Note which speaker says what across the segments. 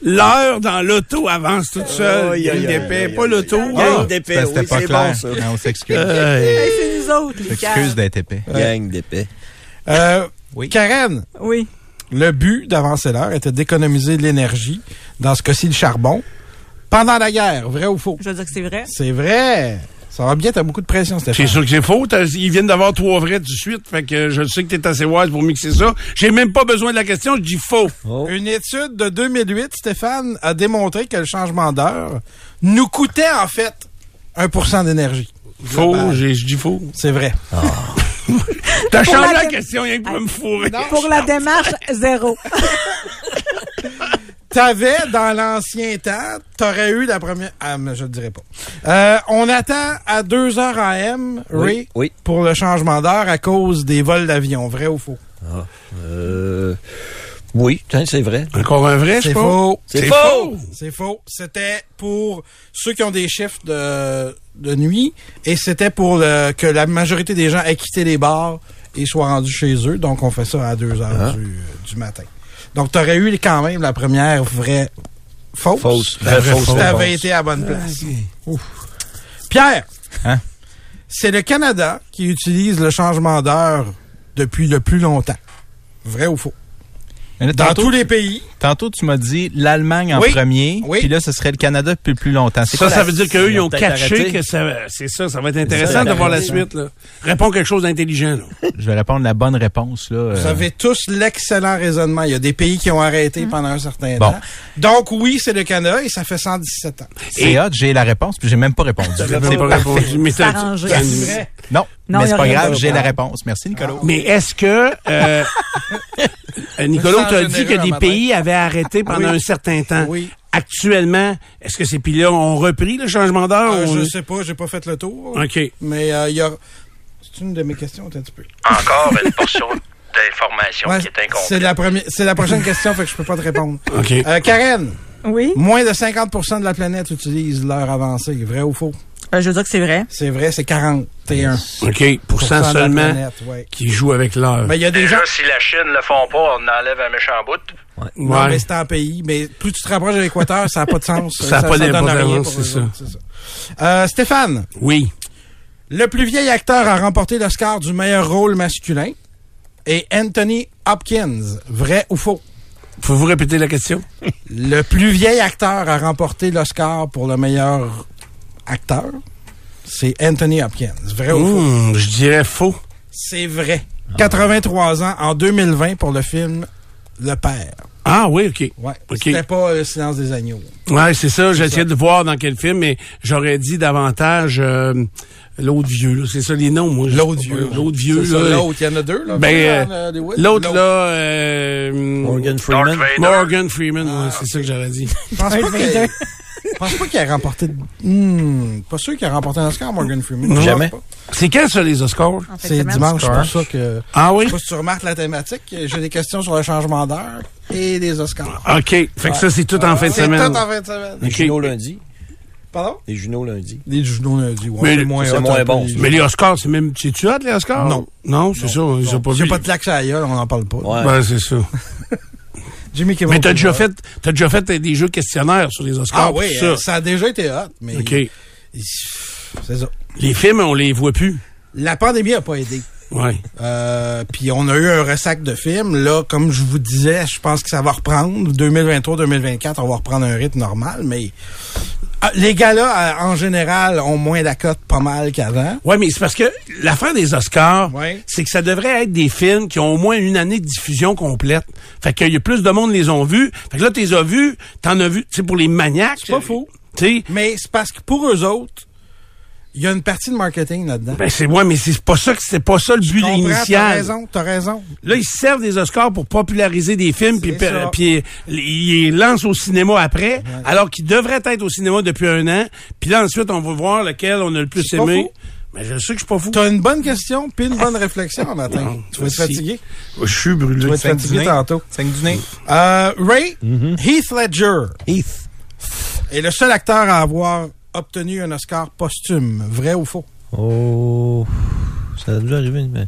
Speaker 1: L'heure dans l'auto avance toute seule. Il y a une dépais, pas l'auto.
Speaker 2: Gang
Speaker 1: Ah.
Speaker 2: d'épais,
Speaker 3: Ben,
Speaker 2: oui,
Speaker 3: C'était pas
Speaker 2: c'est
Speaker 3: clair.
Speaker 2: bon ça.
Speaker 3: Non, on s'excuse.
Speaker 1: Euh,
Speaker 4: c'est nous autres,
Speaker 3: On
Speaker 4: les
Speaker 3: s'excuse
Speaker 4: gars.
Speaker 3: d'être épais.
Speaker 2: Gang d'épais.
Speaker 5: Euh,
Speaker 3: Oui.
Speaker 5: Karen,
Speaker 4: Oui.
Speaker 5: le but d'avancer l'heure était d'économiser de l'énergie, dans ce cas-ci le charbon, pendant la guerre, vrai ou faux?
Speaker 4: Je veux dire que c'est vrai.
Speaker 5: C'est vrai. Ça va bien, t'as beaucoup de pression,
Speaker 1: C'est
Speaker 5: Stéphane.
Speaker 1: sûr que c'est faux. T'as- Ils viennent d'avoir trois vrais tout de suite. Fait que je sais que t'es assez wise pour mixer ça. J'ai même pas besoin de la question. Je dis faux.
Speaker 5: Une étude de 2008, Stéphane, a démontré que le changement d'heure nous coûtait en fait 1 d'énergie. Ah, ben.
Speaker 1: Faux. j'ai- Je dis faux.
Speaker 5: C'est vrai.
Speaker 1: T'as
Speaker 4: Pour
Speaker 1: changé
Speaker 4: la
Speaker 1: la
Speaker 4: dé-
Speaker 1: question rien que pour me fourrer.
Speaker 4: Pour la démarche, zéro.
Speaker 5: T'avais, dans l'ancien temps, t'aurais eu la première... Ah, mais je le dirai pas. Euh, on attend à 2 heures AM,
Speaker 2: Oui.
Speaker 5: Ray,
Speaker 2: oui.
Speaker 5: pour le changement d'heure à cause des vols d'avion. Vrai ou faux?
Speaker 2: Euh, oui, tiens, c'est vrai.
Speaker 1: Encore un vrai, je
Speaker 5: C'est
Speaker 1: pense.
Speaker 5: faux.
Speaker 2: C'est faux.
Speaker 5: C'est faux. C'était pour ceux qui ont des chiffres de, de nuit et c'était pour le- que la majorité des gens aient quitté les bars et soient rendus chez eux. Donc, on fait ça à 2
Speaker 2: Hein?
Speaker 5: heures du, du matin. Donc, tu aurais eu quand même la première vraie fausse.
Speaker 2: Fausse. Vraie fausse Ah,
Speaker 5: Si t'avais
Speaker 2: réponse.
Speaker 5: été à la bonne place. Ouf. Pierre,
Speaker 3: Hein?
Speaker 5: c'est le Canada qui utilise le changement d'heure depuis le plus longtemps. Vrai ou faux?
Speaker 3: Mais là,
Speaker 5: Dans
Speaker 3: tantôt,
Speaker 5: tous les pays.
Speaker 3: tantôt, tu m'as dit l'Allemagne en
Speaker 5: Oui.
Speaker 3: premier,
Speaker 5: Oui.
Speaker 3: puis là, ce serait le Canada depuis plus longtemps. C'est
Speaker 1: Ça,
Speaker 3: quoi
Speaker 1: ça
Speaker 3: la-
Speaker 1: veut dire qu'eux, ils ont
Speaker 3: peut-être
Speaker 1: catché
Speaker 3: arrêté.
Speaker 1: que ça. C'est ça, ça va être
Speaker 3: ça,
Speaker 1: intéressant de
Speaker 3: arrêté.
Speaker 1: voir la suite. Là. Réponds quelque chose d'intelligent. là.
Speaker 3: Je vais répondre la bonne réponse. Là, euh,
Speaker 5: Vous avez tous l'excellent raisonnement. Il y a des pays qui ont arrêté pendant un certain
Speaker 3: Mmh. Bon.
Speaker 5: temps. Donc oui, c'est le Canada et ça fait 117 ans.
Speaker 3: C'est hot, j'ai la réponse, puis j'ai même pas répondu.
Speaker 1: C'est pas répondu, mais
Speaker 4: C'est
Speaker 1: t'as-
Speaker 4: arrangé.
Speaker 1: t'as-
Speaker 3: Non,
Speaker 4: Non,
Speaker 3: mais
Speaker 4: y a
Speaker 3: c'est pas
Speaker 4: rien
Speaker 3: grave,
Speaker 4: d'autre.
Speaker 3: j'ai la réponse. Merci, Nicolas.
Speaker 1: Mais est-ce que euh, euh, Nicolas,
Speaker 5: Je
Speaker 1: tu as
Speaker 5: sens
Speaker 1: dit que
Speaker 5: généreux
Speaker 1: des
Speaker 5: un
Speaker 1: pays avaient arrêté pendant
Speaker 5: Oui.
Speaker 1: un certain temps.
Speaker 5: Oui.
Speaker 1: Actuellement, est-ce que ces pays-là ont repris le changement d'heure?
Speaker 5: Euh,
Speaker 1: ou-
Speaker 5: je sais pas, j'ai pas fait le tour.
Speaker 1: Ah, OK.
Speaker 5: Mais euh, il y a. C'est une de mes questions, t'as un petit peu.
Speaker 6: Encore une portion d'information
Speaker 5: Ouais,
Speaker 6: qui est incomplète.
Speaker 5: c'est la première, c'est la prochaine question, fait que je peux pas te répondre.
Speaker 1: OK.
Speaker 5: Euh, Karen,
Speaker 4: Oui.
Speaker 5: moins de 50% de la planète utilise l'heure avancée. Vrai ou faux
Speaker 4: Euh, je veux dire que c'est vrai.
Speaker 5: C'est vrai, c'est 41.
Speaker 1: OK. Pourcent
Speaker 5: de la
Speaker 1: seulement Euh,
Speaker 5: planète, ouais.
Speaker 1: qui jouent avec l'heure.
Speaker 5: Mais il y a des gens.
Speaker 6: Déjà, si la Chine le font pas, on enlève un méchant bout.
Speaker 5: Non,
Speaker 1: Ouais.
Speaker 5: mais c'est en pays. Mais plus tu te rapproches de l'équateur, ça n'a pas de sens.
Speaker 1: Ça a pas
Speaker 5: donne
Speaker 1: d'importance,
Speaker 5: rien pour
Speaker 1: c'est
Speaker 5: eux
Speaker 1: ça.
Speaker 5: autres, c'est ça. Euh, Stéphane,
Speaker 1: Oui.
Speaker 5: le plus vieil acteur à remporter l'Oscar du meilleur rôle masculin est Anthony Hopkins. Vrai ou faux?
Speaker 1: Faut vous répéter la question?
Speaker 5: Le plus vieil acteur à remporter l'Oscar pour le meilleur acteur, c'est Anthony Hopkins. Vrai ou faux?
Speaker 1: Hum, je dirais faux.
Speaker 5: C'est vrai. 83 ans en 2020 pour le film Le Père.
Speaker 1: Ah oui, OK.
Speaker 5: Ouais.
Speaker 1: OK.
Speaker 5: C'était pas Le Silence des Agneaux.
Speaker 1: Ouais, c'est ça. J'essayais de voir dans quel film, mais j'aurais dit davantage euh, l'autre vieux. là. C'est ça les noms, moi. je sais
Speaker 5: L'autre
Speaker 1: pas.
Speaker 5: vieux.
Speaker 1: L'autre vieux.
Speaker 5: C'est ça,
Speaker 1: là.
Speaker 5: L'autre, il y en a deux, là.
Speaker 1: Ben,
Speaker 5: Vraiment,
Speaker 1: euh,
Speaker 5: Hollywood.
Speaker 1: l'autre, là, euh, Morgan,
Speaker 2: Morgan Freeman.
Speaker 6: Darth Vader.
Speaker 1: Freeman,
Speaker 5: Ah,
Speaker 1: ouais, c'est ça que j'aurais dit.
Speaker 5: Je pense pas qu'il- je pense pas qu'il a remporté. de- Hmm, pas sûr qu'il a remporté un Oscar, Morgan Freeman. Je
Speaker 2: Jamais.
Speaker 5: pense pas.
Speaker 1: C'est quand, ça, les Oscars?
Speaker 4: En fait,
Speaker 5: C'est dimanche, c'est pour ça que.
Speaker 1: Ah
Speaker 5: Je
Speaker 1: oui?
Speaker 5: sais pas si tu remarques la thématique. J'ai des questions sur le changement d'heure et des Oscars.
Speaker 1: OK. Fait que ça, c'est tout Ah, en fin de
Speaker 5: C'est
Speaker 1: semaine.
Speaker 5: tout en fin de semaine.
Speaker 2: Les
Speaker 1: Ok.
Speaker 2: Junos lundi.
Speaker 5: Pardon?
Speaker 2: Les Junos lundi.
Speaker 5: Les journaux lundi. Ouais,
Speaker 1: Mais
Speaker 5: c'est
Speaker 1: le-
Speaker 5: moins,
Speaker 2: c'est
Speaker 5: hot,
Speaker 2: moins
Speaker 5: un peu,
Speaker 2: bon,
Speaker 5: les-
Speaker 1: Mais les Oscars, c'est même... C'est-tu hâte, les Oscars?
Speaker 5: Non.
Speaker 1: Non, c'est ça, ils ont pas
Speaker 5: J'ai
Speaker 1: vu.
Speaker 5: pas de claque à la gueule, on n'en parle pas.
Speaker 2: Ouais.
Speaker 1: Ben, c'est ça.
Speaker 5: Jimmy Kimmel
Speaker 1: Mais t'as déjà
Speaker 5: Jr.
Speaker 1: fait, t'as déjà fait euh, des jeux questionnaires sur les Oscars.
Speaker 5: Ah
Speaker 1: pis
Speaker 5: oui,
Speaker 1: tout
Speaker 5: euh,
Speaker 1: ça.
Speaker 5: ça a déjà été hot, mais.
Speaker 1: OK.
Speaker 5: C'est ça.
Speaker 1: Les films, on les voit plus.
Speaker 5: La pandémie a pas aidé.
Speaker 1: Ouais.
Speaker 5: Euh, puis on a eu un ressac de films. Là, comme je vous disais, je pense que ça va reprendre. 2023-2024, on va reprendre un rythme normal, mais Ah, les gars-là, euh, en général, ont moins la cote pas mal qu'avant.
Speaker 1: Ouais, mais c'est parce que l'affaire des Oscars,
Speaker 5: Ouais.
Speaker 1: c'est que ça devrait être des films qui ont au moins une année de diffusion complète. Fait qu'il y a plus de monde les ont vus. Fait que là, t'es as vus, t'en as vu, tu sais, pour les maniaques.
Speaker 5: C'est pas faux.
Speaker 1: Tu sais,
Speaker 5: Mais c'est parce que pour eux autres, il y a une partie de marketing là-dedans.
Speaker 1: ben c'est ouais, mais c'est pas ça que c'est pas ça le but
Speaker 5: comprends, T'as
Speaker 1: initial.
Speaker 5: raison, t'as raison.
Speaker 1: Là, ils se servent des Oscars pour populariser des films, puis
Speaker 5: C'est
Speaker 1: pe-
Speaker 5: ça.
Speaker 1: puis euh, ils les lancent au cinéma après, alors qu'ils devraient être au cinéma depuis un an. Puis là, ensuite, on va voir lequel on a le plus
Speaker 5: C'est pas
Speaker 1: aimé.
Speaker 5: faux.
Speaker 1: Mais je sais que je suis pas fou.
Speaker 5: T'as une bonne question puis une bonne réflexion en matin.
Speaker 1: Non,
Speaker 5: tu vas être
Speaker 1: si.
Speaker 5: fatigué.
Speaker 1: Je suis brûlé.
Speaker 5: Tu vas être
Speaker 3: Cinq du
Speaker 5: fatigué
Speaker 3: nez.
Speaker 5: tantôt.
Speaker 3: Cinq du nez. Mhm.
Speaker 5: Euh, Ray, Heath Ledger.
Speaker 2: Heath.
Speaker 5: est le seul acteur à avoir obtenu un Oscar posthume. Vrai ou faux?
Speaker 2: Oh. Ça a déjà arrivé, mais.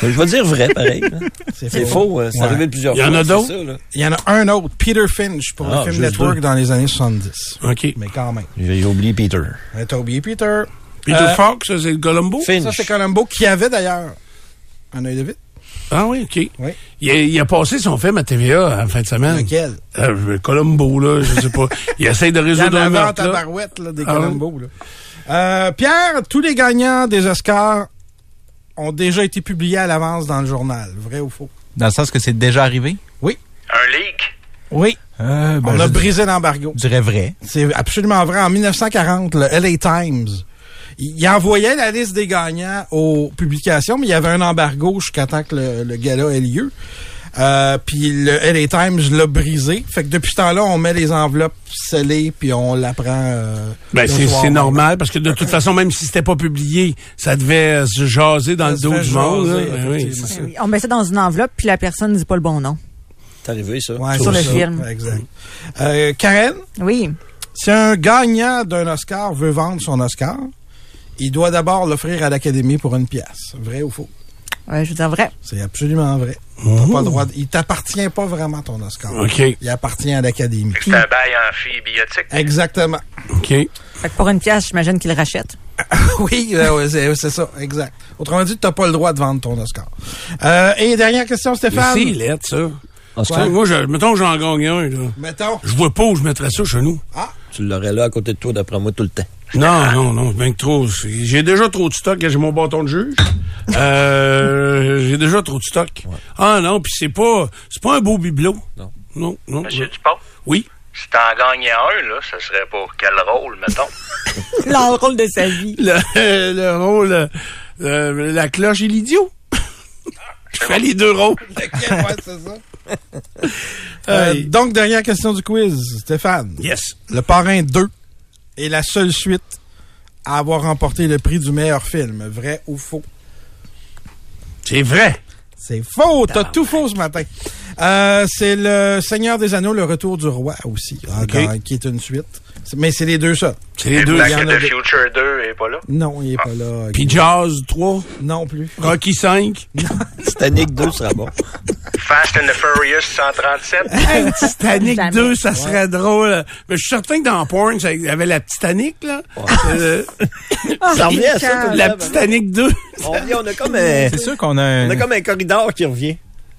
Speaker 2: Je vais dire vrai, pareil. hein. C'est faux, hein, c'est
Speaker 5: Ouais.
Speaker 2: arrivé plusieurs
Speaker 1: Il y
Speaker 2: fois.
Speaker 1: en a
Speaker 2: c'est
Speaker 1: d'autres?
Speaker 2: ça, là.
Speaker 5: Il y en a un autre, Peter Finch, pour
Speaker 2: Ah,
Speaker 5: le film
Speaker 2: juste
Speaker 5: Network
Speaker 2: deux.
Speaker 5: dans les années 70.
Speaker 1: OK.
Speaker 5: Mais quand même.
Speaker 2: J'ai oublié Peter.
Speaker 5: Mais t'as oublié Peter.
Speaker 1: Peter
Speaker 5: Euh,
Speaker 1: Falk, ça, c'est le Columbo?
Speaker 2: Finch.
Speaker 5: Ça, c'est Columbo qui avait d'ailleurs un œil de vite.
Speaker 1: Ah oui, OK.
Speaker 5: Oui.
Speaker 1: Il a, il a passé son film à TVA en fin de semaine.
Speaker 5: Lequel?
Speaker 1: Euh, Columbo, là, je sais pas. il essaie de
Speaker 5: Il y en
Speaker 1: résoudre un
Speaker 5: avait en
Speaker 1: meurtre. là.
Speaker 5: tabarouette, là, des
Speaker 1: Ah oui?
Speaker 5: Columbo, là. Euh, Pierre, tous les gagnants des Oscars ont déjà été publiés à l'avance dans le journal. Vrai ou faux?
Speaker 3: Dans le sens que c'est déjà arrivé?
Speaker 6: Un leak.
Speaker 5: Oui.
Speaker 3: Euh, ben,
Speaker 5: On a
Speaker 3: je
Speaker 5: brisé l'embargo.
Speaker 3: dirais- dirais vrai.
Speaker 5: C'est absolument vrai. En 1940, le LA Times, il il envoyait la liste des gagnants aux publications, mais il y avait un embargo jusqu'à temps que le, le gala ait lieu. Euh, puis le LA Times l'a brisé. Fait que depuis ce temps-là, on met les enveloppes scellées, puis on la prend. euh,
Speaker 1: Ben,
Speaker 5: le
Speaker 1: c'est
Speaker 5: soir
Speaker 1: c'est
Speaker 5: même.
Speaker 1: normal, parce que de toute façon, même si c'était pas publié, ça devait euh, se jaser dans
Speaker 5: Ça
Speaker 1: le
Speaker 5: se
Speaker 1: dos
Speaker 5: fait
Speaker 1: du monde.
Speaker 5: jaser,
Speaker 1: là. Ben oui,
Speaker 5: effectivement.
Speaker 1: c'est ça.
Speaker 4: Ben oui, On met ça dans une enveloppe, puis la personne ne dit pas le bon nom.
Speaker 2: C'est arrivé, ça.
Speaker 5: Ouais,
Speaker 4: Sur
Speaker 5: c'est
Speaker 4: le
Speaker 5: ça.
Speaker 4: film.
Speaker 5: Exact. Euh, Karen,
Speaker 4: Oui.
Speaker 5: si un gagnant d'un Oscar veut vendre son Oscar, il doit d'abord l'offrir à l'Académie pour une pièce. Vrai ou faux?
Speaker 4: Ouais, je veux dire vrai.
Speaker 5: C'est absolument vrai. T'as pas le droit. de- Il t'appartient pas vraiment ton Oscar.
Speaker 1: OK.
Speaker 5: Il appartient à l'Académie.
Speaker 6: C'est un bail amphibiotique.
Speaker 5: Exactement.
Speaker 1: OK.
Speaker 4: Fait que pour une pièce, j'imagine qu'il rachète.
Speaker 5: oui, euh, ouais, c'est c'est ça, exact. Autrement dit, t'as pas le droit de vendre ton Oscar. Euh, et dernière question,
Speaker 1: Mais
Speaker 5: Stéphane.
Speaker 1: c'est lettre, ça.
Speaker 2: Oscar,
Speaker 1: Moi, je, mettons que j'en gagne un, là.
Speaker 5: Mettons.
Speaker 1: Je vois pas où je mettrais ça chez nous.
Speaker 2: tu l'aurais là à côté de toi, d'après moi, tout le temps.
Speaker 1: Non, non, non, c'est bien que trop. c'est- J'ai déjà trop de stock, j'ai mon bâton de juge. Euh, j'ai déjà trop de stock. Ah non, puis c'est pas c'est pas un beau bibelot.
Speaker 2: Non.
Speaker 1: Non, Ben, non.
Speaker 6: Monsieur Dupont,
Speaker 1: Oui.
Speaker 6: si t'en gagnais un, là, ça serait pour quel rôle, mettons?
Speaker 4: Le rôle de sa vie.
Speaker 1: Le, le rôle euh, euh, la cloche et l'idiot. Je fais les deux rôles.
Speaker 5: Ok, ouais, c'est ça. Euh, donc, dernière question du quiz, Stéphane.
Speaker 1: Yes.
Speaker 5: Le Parrain 2 est la seule suite à avoir remporté le prix du meilleur film. Vrai ou faux?
Speaker 1: C'est vrai.
Speaker 5: C'est faux, t'as tout faux ce matin. Euh, c'est le Seigneur des Anneaux, le Retour du Roi aussi, encore, qui est une suite. C'est- Mais c'est les deux seuls.
Speaker 1: C'est les deux.
Speaker 6: Back
Speaker 5: il y en
Speaker 6: to
Speaker 5: a
Speaker 6: the
Speaker 5: deux.
Speaker 6: Future 2 est pas là.
Speaker 5: Non, il est pas là.
Speaker 1: Ah. Puis Jazz 3,
Speaker 5: non plus.
Speaker 1: Rocky 5,
Speaker 2: Titanic 2 sera bon.
Speaker 6: Fast and the Furious 137.
Speaker 1: Titanic
Speaker 4: Jamais.
Speaker 1: 2, ça serait drôle. Mais je suis certain que dans Porn, ça- il y avait la Titanic, là. Euh,
Speaker 4: Ah,
Speaker 2: Ça revient à ça, tout le
Speaker 1: la
Speaker 2: temps,
Speaker 1: Titanic 2.
Speaker 2: On revient, on a comme un,
Speaker 3: C'est sûr qu'on a
Speaker 2: on
Speaker 3: un.
Speaker 2: a comme un corridor qui revient.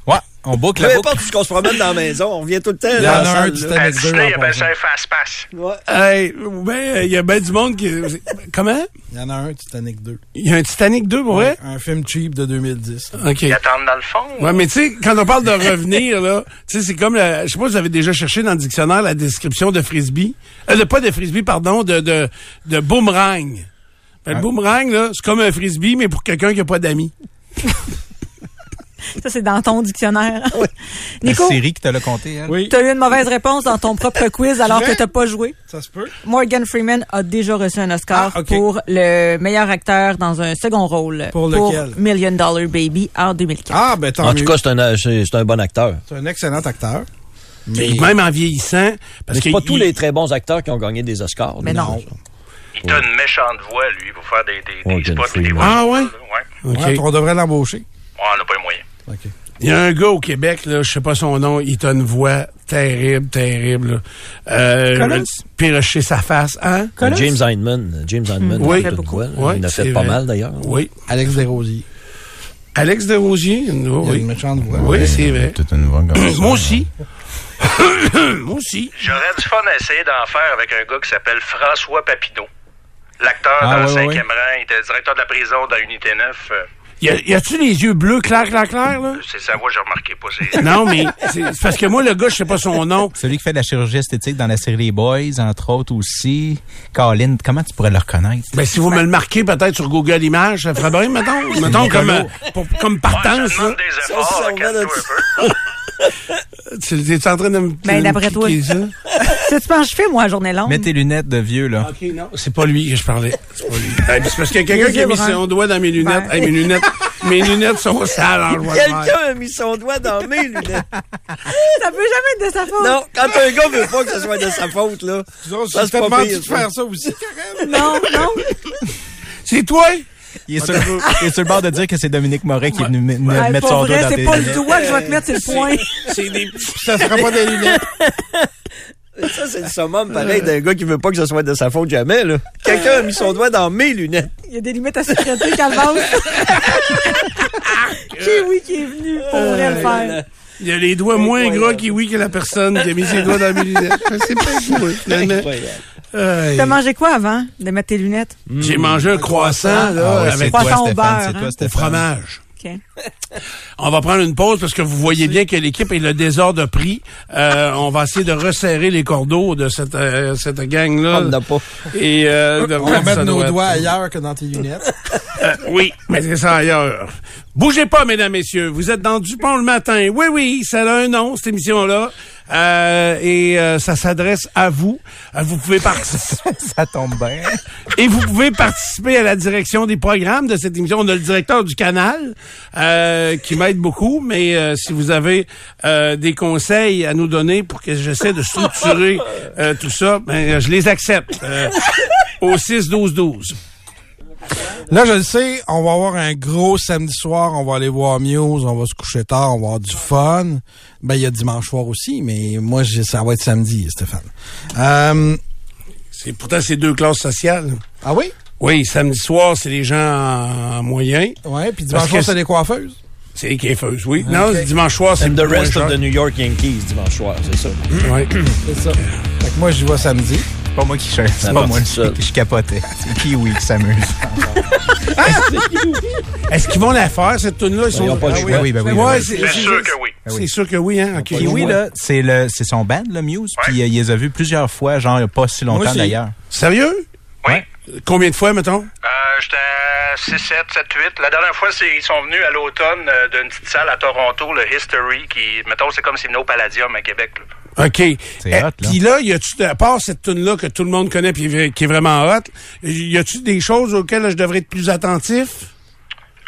Speaker 3: Ouais, on boucle
Speaker 2: Peu
Speaker 3: la boucle.
Speaker 2: importe où qu'on se promène dans la maison, on revient tout le temps.
Speaker 5: Il y
Speaker 2: dans
Speaker 5: en
Speaker 2: la
Speaker 5: a un
Speaker 2: salle,
Speaker 5: du
Speaker 2: là.
Speaker 5: Titanic 2.
Speaker 6: À Disney, il
Speaker 5: en passant.
Speaker 6: appelle ça un fast-pass.
Speaker 2: Ouais.
Speaker 1: Hey, ben, il y a ben du monde qui. Comment?
Speaker 5: Il y en a un, Titanic 2.
Speaker 1: Il y a un Titanic 2, pour vrai?
Speaker 5: Un film cheap de 2010.
Speaker 1: OK.
Speaker 6: Ils attendent dans le fond.
Speaker 1: Ouais, mais tu sais, quand on parle de revenir, là, tu sais, c'est comme, la- je sais pas si vous avez déjà cherché dans le dictionnaire la description de frisbee. Euh, de, pas de frisbee, pardon, de, de, de boomerang. Ben, Le boomerang, là, c'est comme un frisbee, mais pour quelqu'un qui a pas d'amis.
Speaker 4: Ça, c'est dans ton dictionnaire.
Speaker 3: La
Speaker 4: Nico,
Speaker 3: série qui te l'a compté, hein? elle.
Speaker 5: Oui,
Speaker 4: t'as eu une mauvaise réponse dans ton propre quiz alors que t'as pas joué.
Speaker 5: ça se peut.
Speaker 4: Morgan Freeman a déjà reçu un Oscar
Speaker 5: Ah, ok.
Speaker 4: pour le meilleur acteur dans un second rôle
Speaker 5: Pour lequel?
Speaker 4: Million Dollar Baby en 2004.
Speaker 5: Ah, ben tant
Speaker 2: En
Speaker 5: mieux.
Speaker 2: tout cas, c'est un, euh, c'est c'est un bon acteur.
Speaker 5: c'est un excellent acteur.
Speaker 1: Mais même en vieillissant, parce
Speaker 2: Mais
Speaker 1: que
Speaker 2: c'est pas tous
Speaker 1: il-
Speaker 2: les très bons acteurs qui ont gagné des Oscars.
Speaker 4: Mais
Speaker 2: là. Euh,
Speaker 4: non.
Speaker 6: Il a une méchante voix, lui, pour faire des, des, des
Speaker 2: Morgan
Speaker 6: spots et des
Speaker 2: Freeman.
Speaker 6: voix.
Speaker 1: Ah, ouais?
Speaker 6: Ouais.
Speaker 1: OK.
Speaker 5: Ouais, on devrait l'embaucher.
Speaker 6: Ouais, on n'a pas les moyens.
Speaker 5: OK.
Speaker 1: Il y a un gars au Québec, là, je sais pas son nom, il a une voix terrible, terrible. là. Euh,
Speaker 4: Colosse?
Speaker 1: pirocher sa face, hein?
Speaker 4: Colosse?
Speaker 2: James Hindman. James Hindman.
Speaker 1: Oui.
Speaker 2: il a fait une
Speaker 4: Beaucoup.
Speaker 2: voix, là.
Speaker 1: Ouais,
Speaker 2: il en a
Speaker 1: c'est
Speaker 2: fait pas
Speaker 1: vrai.
Speaker 2: mal, d'ailleurs.
Speaker 1: Oui.
Speaker 5: Alex Desrosiers.
Speaker 1: Alex Desrosiers? oh,
Speaker 5: Il a une
Speaker 1: oui.
Speaker 5: méchante voix.
Speaker 1: Oui, c'est vrai.
Speaker 3: Toute une voix comme ça.
Speaker 1: Moi aussi. Moi aussi.
Speaker 6: J'aurais du fun à essayer d'en faire avec un gars qui s'appelle François Papineau. L'acteur
Speaker 3: Ah,
Speaker 6: dans le
Speaker 3: ouais, ouais,
Speaker 6: cinquième rang, il était directeur de la prison dans Unité 9. euh,
Speaker 1: Y a- y a-tu les yeux bleus clair, clair, clair, là?
Speaker 6: C'est sa voix, j'ai remarqué pas. c'est-
Speaker 1: Non, mais c'est c'est parce que moi, le gars, je sais pas son nom.
Speaker 3: Celui qui fait de la chirurgie esthétique dans la série Les Boys, entre autres aussi. Colin, comment tu pourrais le reconnaître?
Speaker 1: Ben, si vous me le marquez peut-être sur Google Images, ça ferait bien, mettons. Mettons comme, euh, pour- comme
Speaker 6: Ouais, ça
Speaker 1: partance, là.
Speaker 6: demande des efforts,
Speaker 2: ça, on
Speaker 6: calme-toi
Speaker 2: va
Speaker 6: un
Speaker 2: là-dessus.
Speaker 6: peu.
Speaker 1: Tu es en train de me.
Speaker 4: Ben,
Speaker 1: de
Speaker 4: d'après
Speaker 1: me
Speaker 4: toi.
Speaker 1: cliquer ça?
Speaker 4: C'est tu penses que je fais, moi, à journée longue?
Speaker 3: Mets tes lunettes de vieux, là.
Speaker 1: OK, non. C'est pas lui que je parlais. C'est pas lui. Hey, puis c'est parce qu'il y a quelqu'un
Speaker 4: Les
Speaker 1: qui a
Speaker 4: yeux
Speaker 1: mis
Speaker 4: bruns.
Speaker 1: son doigt dans mes lunettes.
Speaker 4: Ouais.
Speaker 1: Hey, mes lunettes. Mes lunettes sont sales en joie de faire.
Speaker 2: a mis son doigt dans mes lunettes.
Speaker 4: Eh, Ça peut jamais être de sa faute.
Speaker 2: quand un gars veut pas que ce soit de sa faute, là.
Speaker 5: Nous autres,
Speaker 2: Ça,
Speaker 5: c'est
Speaker 2: c'est pas
Speaker 5: tellement
Speaker 2: pire,
Speaker 5: dû de
Speaker 2: ça.
Speaker 5: faire ça aussi, Karen.
Speaker 4: Non, non.
Speaker 1: C'est toi?
Speaker 3: Il est, sur, il est sur le bord de dire que c'est Dominique Moret qui est venu me- me
Speaker 4: Hey,
Speaker 3: mettre son
Speaker 4: pour
Speaker 3: doigt
Speaker 4: vrai,
Speaker 3: dans tes
Speaker 4: c'est pas le
Speaker 3: lunettes.
Speaker 4: doigt que je vais te mettre, c'est le point.
Speaker 1: C'est des.
Speaker 5: Ça sera pas des lunettes.
Speaker 2: Ça, c'est le summum pareil d'un gars qui veut pas que ce soit de sa faute jamais, là. Quelqu'un a mis son doigt dans mes lunettes.
Speaker 4: Il y a des limites à sécurité, Calvance.
Speaker 3: Ah,
Speaker 4: Kiwi qui est venu pour vrai le
Speaker 3: Euh,
Speaker 4: faire.
Speaker 1: Il a les doigts moins gras qui, oui, que la personne qui a mis ses doigts dans mes lunettes. Je sais pas jouer, finalement. Aïe.
Speaker 4: T'as mangé quoi avant de mettre tes lunettes?
Speaker 1: J'ai mangé un croissant, là,
Speaker 3: Ah ouais, c'est
Speaker 1: avec
Speaker 4: quoi,
Speaker 3: toi,
Speaker 4: Poisson au
Speaker 3: Stéphane,
Speaker 4: beurre,
Speaker 3: c'est
Speaker 4: hein.
Speaker 3: toi,
Speaker 1: au
Speaker 3: Stéphane.
Speaker 1: fromage.
Speaker 4: OK.
Speaker 1: On va prendre une pause parce que vous voyez bien que l'équipe est le désordre de prix. Euh, on va essayer de resserrer les cordeaux de cette, euh, cette gang-là.
Speaker 2: On n'a pas.
Speaker 1: Et euh, de
Speaker 5: On va
Speaker 1: rendre
Speaker 5: mettre
Speaker 1: ça
Speaker 5: nos
Speaker 1: droit.
Speaker 5: doigts ailleurs que dans tes lunettes.
Speaker 1: Oui, mais c'est ça ailleurs. Bougez pas, mesdames, messieurs. Vous êtes dans Dupont le matin. Oui, oui, ça a un nom, cette émission-là. Euh, et euh, ça s'adresse à vous. Euh, Vous pouvez participer.
Speaker 3: Ça tombe bien.
Speaker 1: Et vous pouvez participer à la direction des programmes de cette émission. On a le directeur du canal euh, qui m'aide beaucoup, mais euh, si vous avez euh, des conseils à nous donner pour que j'essaie de structurer euh, tout ça, ben, je les accepte euh, au 6-12-12.
Speaker 5: Là, je le sais, on va avoir un gros samedi soir, on va aller voir Muse, on va se coucher tard, on va avoir du fun. Ben, il y a dimanche soir aussi, mais moi, j'ai- ça va être samedi, Stéphane. Euh,
Speaker 1: C'est pourtant ces deux classes sociales.
Speaker 5: ah oui?
Speaker 1: Oui, samedi soir, c'est les gens en, en moyen.
Speaker 5: Ouais, puis
Speaker 1: Parce
Speaker 5: dimanche soir,
Speaker 1: que-
Speaker 5: c'est les coiffeuses.
Speaker 1: C'est les kiffeuses, oui. Non, dimanche soir, c'est
Speaker 2: And the
Speaker 1: moins
Speaker 2: rest
Speaker 1: cher.
Speaker 2: of the New York Yankees dimanche soir, c'est ça.
Speaker 1: Ouais.
Speaker 5: C'est ça. Fait que moi, j'y vais samedi.
Speaker 3: C'est pas moi qui cherche. C'est
Speaker 2: Ça
Speaker 3: pas
Speaker 2: va
Speaker 3: moi
Speaker 2: tout seul.
Speaker 3: qui je capotais. C'est Kiwi qui s'amuse.
Speaker 1: Est-ce qu'ils vont la faire, cette tune là Ils sont...
Speaker 2: Ils ont pas le
Speaker 1: Ah oui,
Speaker 2: choix.
Speaker 1: oui, ben oui,
Speaker 3: Ouais,
Speaker 1: ben oui.
Speaker 3: c'est-
Speaker 6: C'est sûr que oui.
Speaker 3: Ah oui.
Speaker 1: C'est sûr que oui, hein. ok.
Speaker 3: Kiwi, là, c'est le, c'est son band, le Muse. Puis euh, il les a vus plusieurs fois, genre, il y a pas si
Speaker 5: Moi
Speaker 3: longtemps
Speaker 5: aussi.
Speaker 3: d'ailleurs.
Speaker 1: Sérieux?
Speaker 6: Oui.
Speaker 1: Combien de fois, mettons?
Speaker 6: Euh, J'étais à 6, 7, 7, 8. La dernière fois, c'est- ils sont venus à l'automne euh, d'une petite salle à Toronto, le History, qui, mettons, c'est comme s'ils venaient au Palladium à Québec. là.
Speaker 1: OK.
Speaker 3: C'est
Speaker 1: Eh,
Speaker 3: hot, là.
Speaker 1: Puis là, y a-tu, à part cette tune-là que tout le monde connaît puis qui est vraiment hot, y a-tu des choses auxquelles je devrais être plus attentif?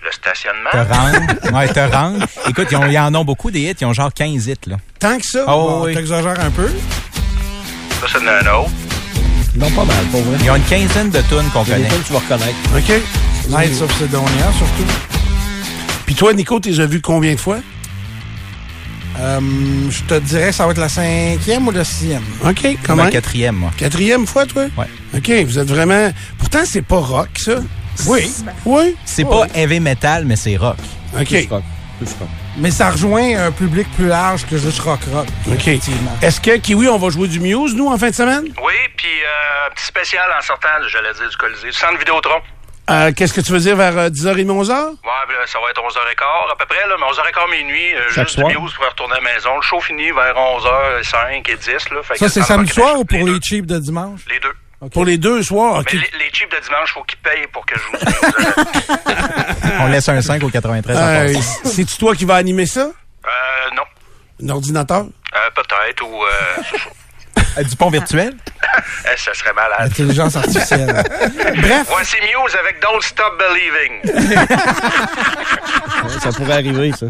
Speaker 6: Le stationnement.
Speaker 3: Te rendre. ouais, te rendre. Écoute, ils, ont, ils en ont beaucoup des hits. Ils ont genre 15 hits, là.
Speaker 1: Tant que ça?
Speaker 3: Oh,
Speaker 5: Bon,
Speaker 3: oui.
Speaker 5: T'exagères un peu.
Speaker 6: Ça, c'est un autre.
Speaker 2: Non, pas mal, pour vrai.
Speaker 3: Ils ont une quinzaine de tunes qu'on
Speaker 2: Il y a des
Speaker 3: connaît.
Speaker 2: tunes que tu vas reconnaître.
Speaker 1: OK.
Speaker 5: Nights of Sidonia, surtout.
Speaker 1: Puis toi, Nico, t'es déjà vu combien de fois?
Speaker 5: Euh, je te dirais, ça va être la cinquième ou la sixième.
Speaker 1: OK,
Speaker 3: Comme
Speaker 1: comment?
Speaker 3: la quatrième, moi.
Speaker 1: Quatrième fois, toi?
Speaker 3: Ouais.
Speaker 1: OK, vous êtes vraiment... Pourtant, c'est pas rock, ça. Oui. Oui?
Speaker 3: C'est
Speaker 2: Oh,
Speaker 3: pas heavy metal, mais c'est rock.
Speaker 1: OK.
Speaker 2: Plus rock. Plus rock.
Speaker 5: Mais ça rejoint un public plus large que juste rock-rock.
Speaker 1: OK. Est-ce que, Kiwi, on va jouer du Muse, nous, en fin de semaine?
Speaker 6: Oui, puis euh, un petit spécial en sortant, j'allais dire, du Colisée. Du Centre Vidéotron.
Speaker 1: Euh, qu'est-ce que tu veux dire vers euh, 10h et 11h?
Speaker 6: Ouais, puis là, ça va être 11h15 à peu près, là, mais 11h15 minuit, euh,
Speaker 2: Chaque
Speaker 6: juste
Speaker 2: soir.
Speaker 6: du Muse pour retourner à la maison. Le show fini vers 11h05 et 10. Là, Fait que
Speaker 5: Ça, c'est
Speaker 1: Ah,
Speaker 5: samedi
Speaker 6: prend pas quelque
Speaker 5: soir
Speaker 6: chose.
Speaker 5: ou pour
Speaker 6: les
Speaker 5: les
Speaker 6: deux?
Speaker 5: cheap de dimanche?
Speaker 6: Les deux.
Speaker 1: Pour les deux soirs, OK.
Speaker 6: Mais les, les chips de dimanche, faut qu'ils payent pour que je vous dise.
Speaker 2: Ah.
Speaker 3: On laisse un 5 au 93 en
Speaker 1: Euh,
Speaker 3: passant.
Speaker 1: c'est-tu toi qui vas animer ça?
Speaker 6: euh, non.
Speaker 1: Un ordinateur?
Speaker 6: Euh, peut-être, ou... Euh,
Speaker 3: Euh, Du pont virtuel?
Speaker 6: eh, ça serait malade.
Speaker 5: Intelligence artificielle. Bref,
Speaker 6: Voici Muse avec Don't Stop Believing.
Speaker 2: Ouais, Ça pourrait arriver, ça.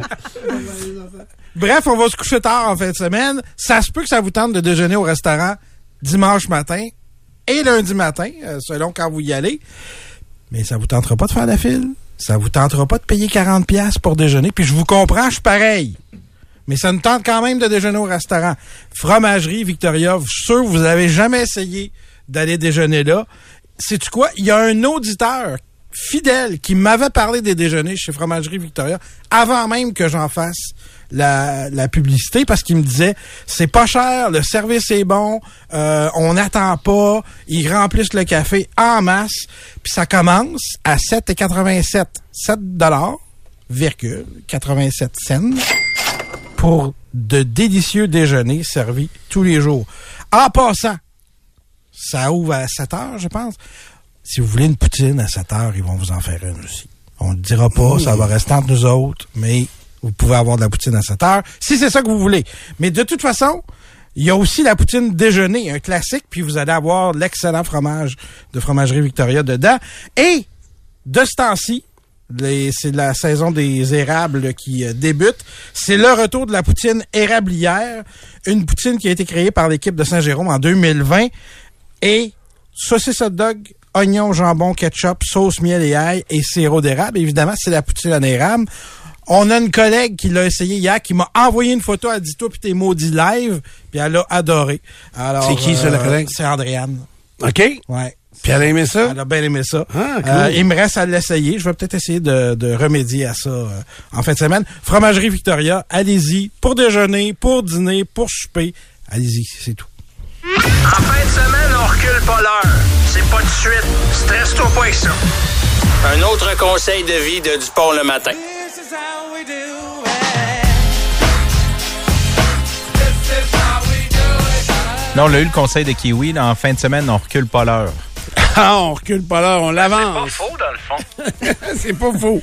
Speaker 5: bref, on va se coucher tard en fin de semaine. Ça se peut que ça vous tente de déjeuner au restaurant dimanche matin et lundi matin, euh, selon quand vous y allez. Mais ça vous tentera pas de faire la file. Ça vous tentera pas de payer 40$ piastres pour déjeuner. Puis je vous comprends, je suis pareil. Mais ça nous tente quand même de déjeuner au restaurant. Fromagerie Victoria, je suis sûr que vous avez jamais essayé d'aller déjeuner là. Sais-tu quoi? Il y a un auditeur fidèle qui m'avait parlé des déjeuners chez Fromagerie Victoria avant même que j'en fasse la, la publicité parce qu'il me disait c'est pas cher, le service est bon, euh, on n'attend pas, ils remplissent le café en masse, puis ça commence à 7,87 7 dollars, virgule 87 cents pour de délicieux déjeuners servis tous les jours. En passant, ça ouvre à 7 heures, je pense. Si vous voulez une poutine à 7 heures, ils vont vous en faire une aussi. On ne le dira pas, ça va rester entre nous autres, mais vous pouvez avoir de la poutine à 7 heures, si c'est ça que vous voulez. Mais de toute façon, il y a aussi la poutine déjeuner, un classique, puis vous allez avoir l'excellent fromage de Fromagerie Victoria dedans. Et de ce temps-ci, les- c'est la saison des érables qui euh, débute. C'est le retour de la poutine érablière, une poutine qui a été créée par l'équipe de Saint-Jérôme en 2020. Et saucisse hot dog, oignons, jambon, ketchup, sauce, miel et ail et sirop d'érable. Évidemment, c'est la poutine en érable. On a une collègue qui l'a essayé hier, qui m'a envoyé une photo. Elle dit Toi, puis t'es maudit live. Puis elle l'a adoré. Alors, euh,
Speaker 1: C'est qui, ça, la collègue?
Speaker 5: C'est Andréane.
Speaker 1: OK? Puis
Speaker 5: Ouais.
Speaker 1: elle a aimé ça?
Speaker 5: Elle a bien aimé ça. Euh,
Speaker 1: Ah, cool.
Speaker 5: il me reste à l'essayer. Je vais peut-être essayer de, de remédier à ça euh, en fin de semaine. Fromagerie Victoria, allez-y pour déjeuner, pour dîner, pour souper. Allez-y, c'est tout.
Speaker 6: En fin de semaine, on recule pas l'heure. C'est pas de suite. Stresse-toi pas avec ça. Un autre conseil de vie de Dupont le matin.
Speaker 3: Non, on a eu le conseil de Kiwi. là, en fin de semaine, on recule pas l'heure.
Speaker 1: Ah, on recule pas là, on
Speaker 6: C'est pas
Speaker 1: l'avance.
Speaker 6: faux, dans le fond.
Speaker 1: C'est pas faux.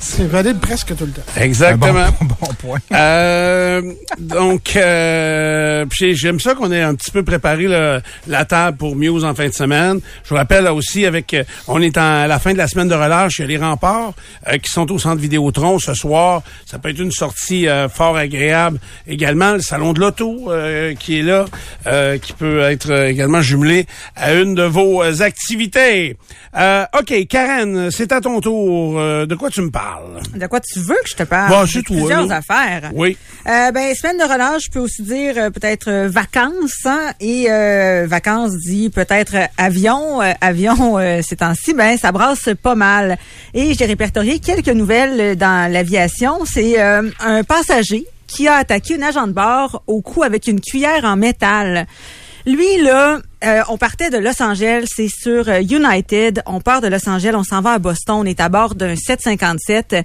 Speaker 5: C'est valide presque tout le temps.
Speaker 3: Un Ah bon-
Speaker 1: Exactement.
Speaker 3: bon point.
Speaker 1: Euh, donc, euh, puis j'ai- j'aime ça qu'on ait un petit peu préparé le- la table pour Muse en fin de semaine. Je vous rappelle là aussi, avec euh, on est en- à la fin de la semaine de relâche, il y a les remparts euh, qui sont au centre Vidéotron ce soir. Ça peut être une sortie euh, fort agréable. Également, le salon de l'auto euh, qui est là, euh, qui peut être euh, également jumelé à une de vos euh, activités. Euh, OK, Karen, c'est à ton tour. Euh, de quoi tu me parles?
Speaker 4: De quoi tu veux que je te parle?
Speaker 1: Bah, c'est
Speaker 4: Ah, J'ai
Speaker 1: toi,
Speaker 4: plusieurs
Speaker 1: là.
Speaker 4: affaires.
Speaker 1: Oui.
Speaker 4: Euh, ben, semaine de relâche, je peux aussi dire euh, peut-être euh, vacances. hein, et euh, vacances dit peut-être euh, avion. Euh, avion, euh, ces temps-ci, ben, ça brasse pas mal. Et j'ai répertorié quelques nouvelles euh, dans l'aviation. C'est euh, un passager qui a attaqué une agent de bord au cou avec une cuillère en métal. Lui, là, euh, on partait de Los Angeles, c'est sur euh, United. On part de Los Angeles, on s'en va à Boston. On est à bord d'un 757.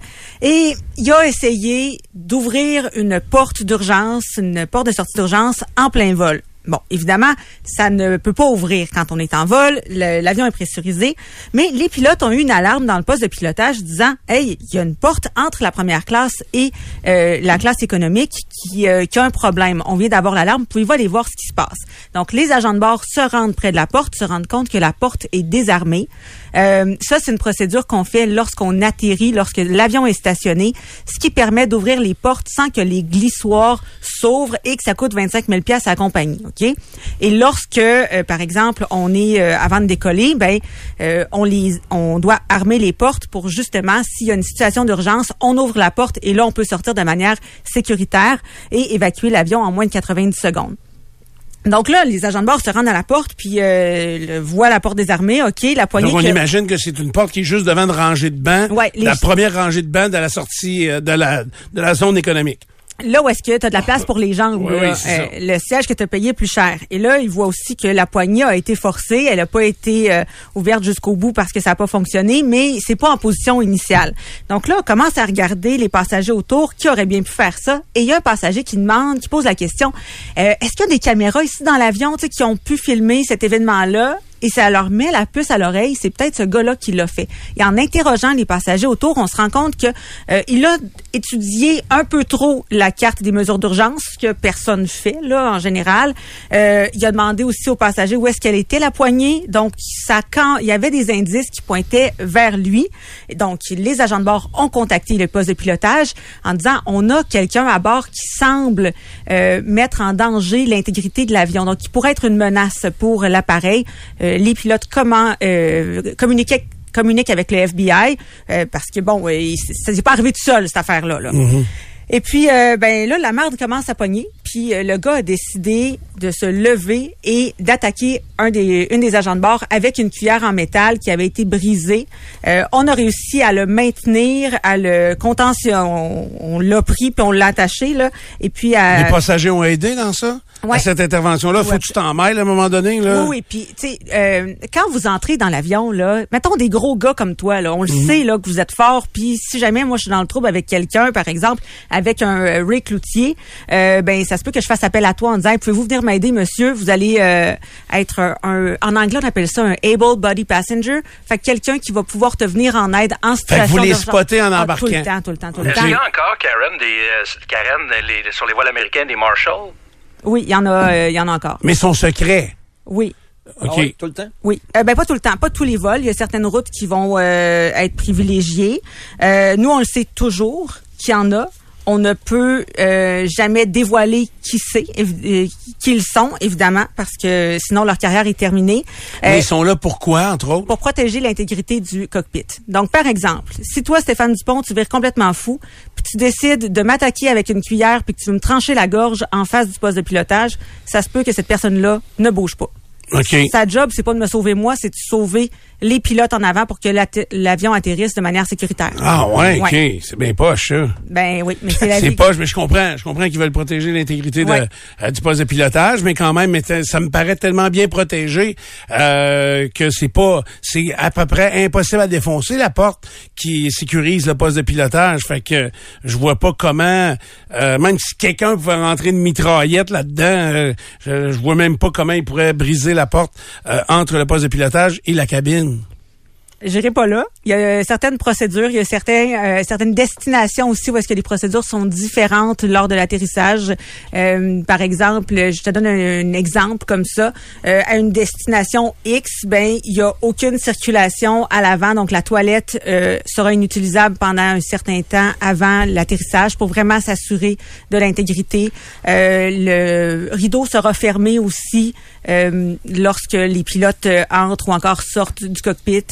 Speaker 4: Et il a essayé d'ouvrir une porte d'urgence, une porte de sortie d'urgence en plein vol. Bon, évidemment, ça ne peut pas ouvrir quand on est en vol. Le- L'avion est pressurisé. Mais les pilotes ont eu une alarme dans le poste de pilotage disant, hey, il y a une porte entre la première classe et euh, la classe économique qui, euh, qui a un problème. On vient d'avoir l'alarme. Pouvez-vous aller voir ce qui se passe? Donc, les agents de bord se rendent près de la porte, se rendent compte que la porte est désarmée. Euh, ça, c'est une procédure qu'on fait lorsqu'on atterrit, lorsque l'avion est stationné, ce qui permet d'ouvrir les portes sans que les glissoirs s'ouvrent et que ça coûte 25 000 pièces à la compagnie. Ok Et lorsque, euh, par exemple, on est euh, avant de décoller, ben, euh, on les, on doit armer les portes pour justement s'il y a une situation d'urgence, on ouvre la porte et là, on peut sortir de manière sécuritaire et évacuer l'avion en moins de 90 secondes. Donc là, les agents de bord se rendent à la porte, puis euh, le- voient la porte désarmée, OK, la poignée...
Speaker 1: Donc, on
Speaker 4: que-
Speaker 1: imagine que c'est une porte qui est juste devant une rangée de bancs.
Speaker 4: Ouais, les-
Speaker 1: La première rangée de bancs de la sortie euh, de la, de la zone économique.
Speaker 4: là où est-ce que tu as de la place pour les jambes,
Speaker 1: Oui,
Speaker 4: là, euh,
Speaker 1: oui, c'est ça.
Speaker 4: le siège que tu as payé est plus cher. Et là, il voit aussi que la poignée a été forcée, elle n'a pas été euh, ouverte jusqu'au bout parce que ça n'a pas fonctionné, mais c'est pas en position initiale. Donc là, on commence à regarder les passagers autour qui auraient bien pu faire ça. Et il y a un passager qui demande, qui pose la question, euh, est-ce qu'il y a des caméras ici dans l'avion tu sais, qui ont pu filmer cet événement-là? et ça leur met la puce à l'oreille, c'est peut-être ce gars-là qui l'a fait. Et en interrogeant les passagers autour, on se rend compte que euh, il a étudié un peu trop la carte des mesures d'urgence ce que personne fait là en général. Euh, il a demandé aussi aux passagers où est-ce qu'elle était la poignée, donc ça quand il y avait des indices qui pointaient vers lui. Et donc les agents de bord ont contacté le poste de pilotage en disant on a quelqu'un à bord qui semble euh, mettre en danger l'intégrité de l'avion, donc qui pourrait être une menace pour l'appareil. Euh, les pilotes comment euh, communiquer communiquent avec le FBI euh, parce que bon, euh, il- ça n'est pas arrivé tout seul cette affaire-là. là. Et puis euh, ben là, la marde commence à pogner. Puis euh, le gars a décidé de se lever et d'attaquer un des une des agents de bord avec une cuillère en métal qui avait été brisée. Euh, on a réussi à le maintenir, à le contention, on, on l'a pris puis on l'a attaché là. Et puis à,
Speaker 1: Les passagers ont aidé dans ça?
Speaker 4: Euh. Ouais.
Speaker 1: À cette intervention-là, faut
Speaker 4: Ouais.
Speaker 1: que tu t'en mêles à un moment donné, là.
Speaker 4: Oui, oui. Puis, tu sais, euh, quand vous entrez dans l'avion, là, mettons des gros gars comme toi, là, on
Speaker 1: Mhm.
Speaker 4: le sait, là, que vous êtes fort. Puis, si jamais moi je suis dans le trouble avec quelqu'un, par exemple, avec un euh, Ray Cloutier, euh, ben, ça se peut que je fasse appel à toi en disant, Hey, pouvez-vous venir m'aider, monsieur Vous allez euh, être un, un- en anglais on appelle ça un able body passenger, fait que quelqu'un qui va pouvoir te venir en aide en
Speaker 1: que
Speaker 4: situation
Speaker 1: vous les
Speaker 4: d'urgence.
Speaker 1: spottez en
Speaker 4: Ah, tout
Speaker 1: embarquant.
Speaker 4: le temps, tout le temps, tout le
Speaker 6: Est-ce
Speaker 4: temps.
Speaker 6: qu'il y a encore, Karen, des, euh, Karen les- les- sur les voiles américaines, des Marshall?
Speaker 4: Oui, il y en a, euh, il y en a encore.
Speaker 1: Mais son secret.
Speaker 4: Oui.
Speaker 1: OK.
Speaker 2: Ah ouais, tout le temps?
Speaker 4: Oui, Euh, ben pas tout le temps, pas tous les vols. Il y a certaines routes qui vont euh, être privilégiées. Euh, nous, on le sait toujours qu'il y en a. on ne peut euh, jamais dévoiler qui c'est, évi- euh, qui ils sont, évidemment, parce que sinon leur carrière est terminée. Euh,
Speaker 1: Mais ils sont là pourquoi, entre autres?
Speaker 4: pour protéger l'intégrité du cockpit. Donc, par exemple, si toi, Stéphane Dupont, tu vires complètement fou, puis tu décides de m'attaquer avec une cuillère, puis que tu veux me trancher la gorge en face du poste de pilotage, ça se peut que cette personne-là ne bouge pas.
Speaker 1: OK.
Speaker 4: Sa job, c'est pas de me sauver moi, c'est de sauver les pilotes en avant pour que l'atte- l'avion atterrisse de manière sécuritaire.
Speaker 1: Ah ouais, OK. C'est bien poche, ça.
Speaker 4: Ben oui, mais c'est la
Speaker 1: C'est
Speaker 4: vie.
Speaker 1: poche, mais je comprends. Je comprends qu'ils veulent protéger l'intégrité de-
Speaker 4: Ouais.
Speaker 1: euh, du poste de pilotage, mais quand même, mais t- ça me paraît tellement bien protégé euh, que c'est pas, c'est à peu près impossible à défoncer la porte qui sécurise le poste de pilotage. Fait que je vois pas comment, euh, même si quelqu'un pouvait rentrer une mitraillette là-dedans, euh, je, je vois même pas comment il pourrait briser la porte euh, entre le poste de pilotage et la cabine.
Speaker 4: J'irai pas là. Il y a euh, certaines procédures, il y a certains, euh, certaines destinations aussi où est-ce que les procédures sont différentes lors de l'atterrissage. Euh, par exemple, je te donne un, un exemple comme ça. Euh, à une destination X, ben il y a aucune circulation à l'avant, donc la toilette euh, sera inutilisable pendant un certain temps avant l'atterrissage pour vraiment s'assurer de l'intégrité. Euh, le rideau sera fermé aussi euh, lorsque les pilotes euh, entrent ou encore sortent du cockpit.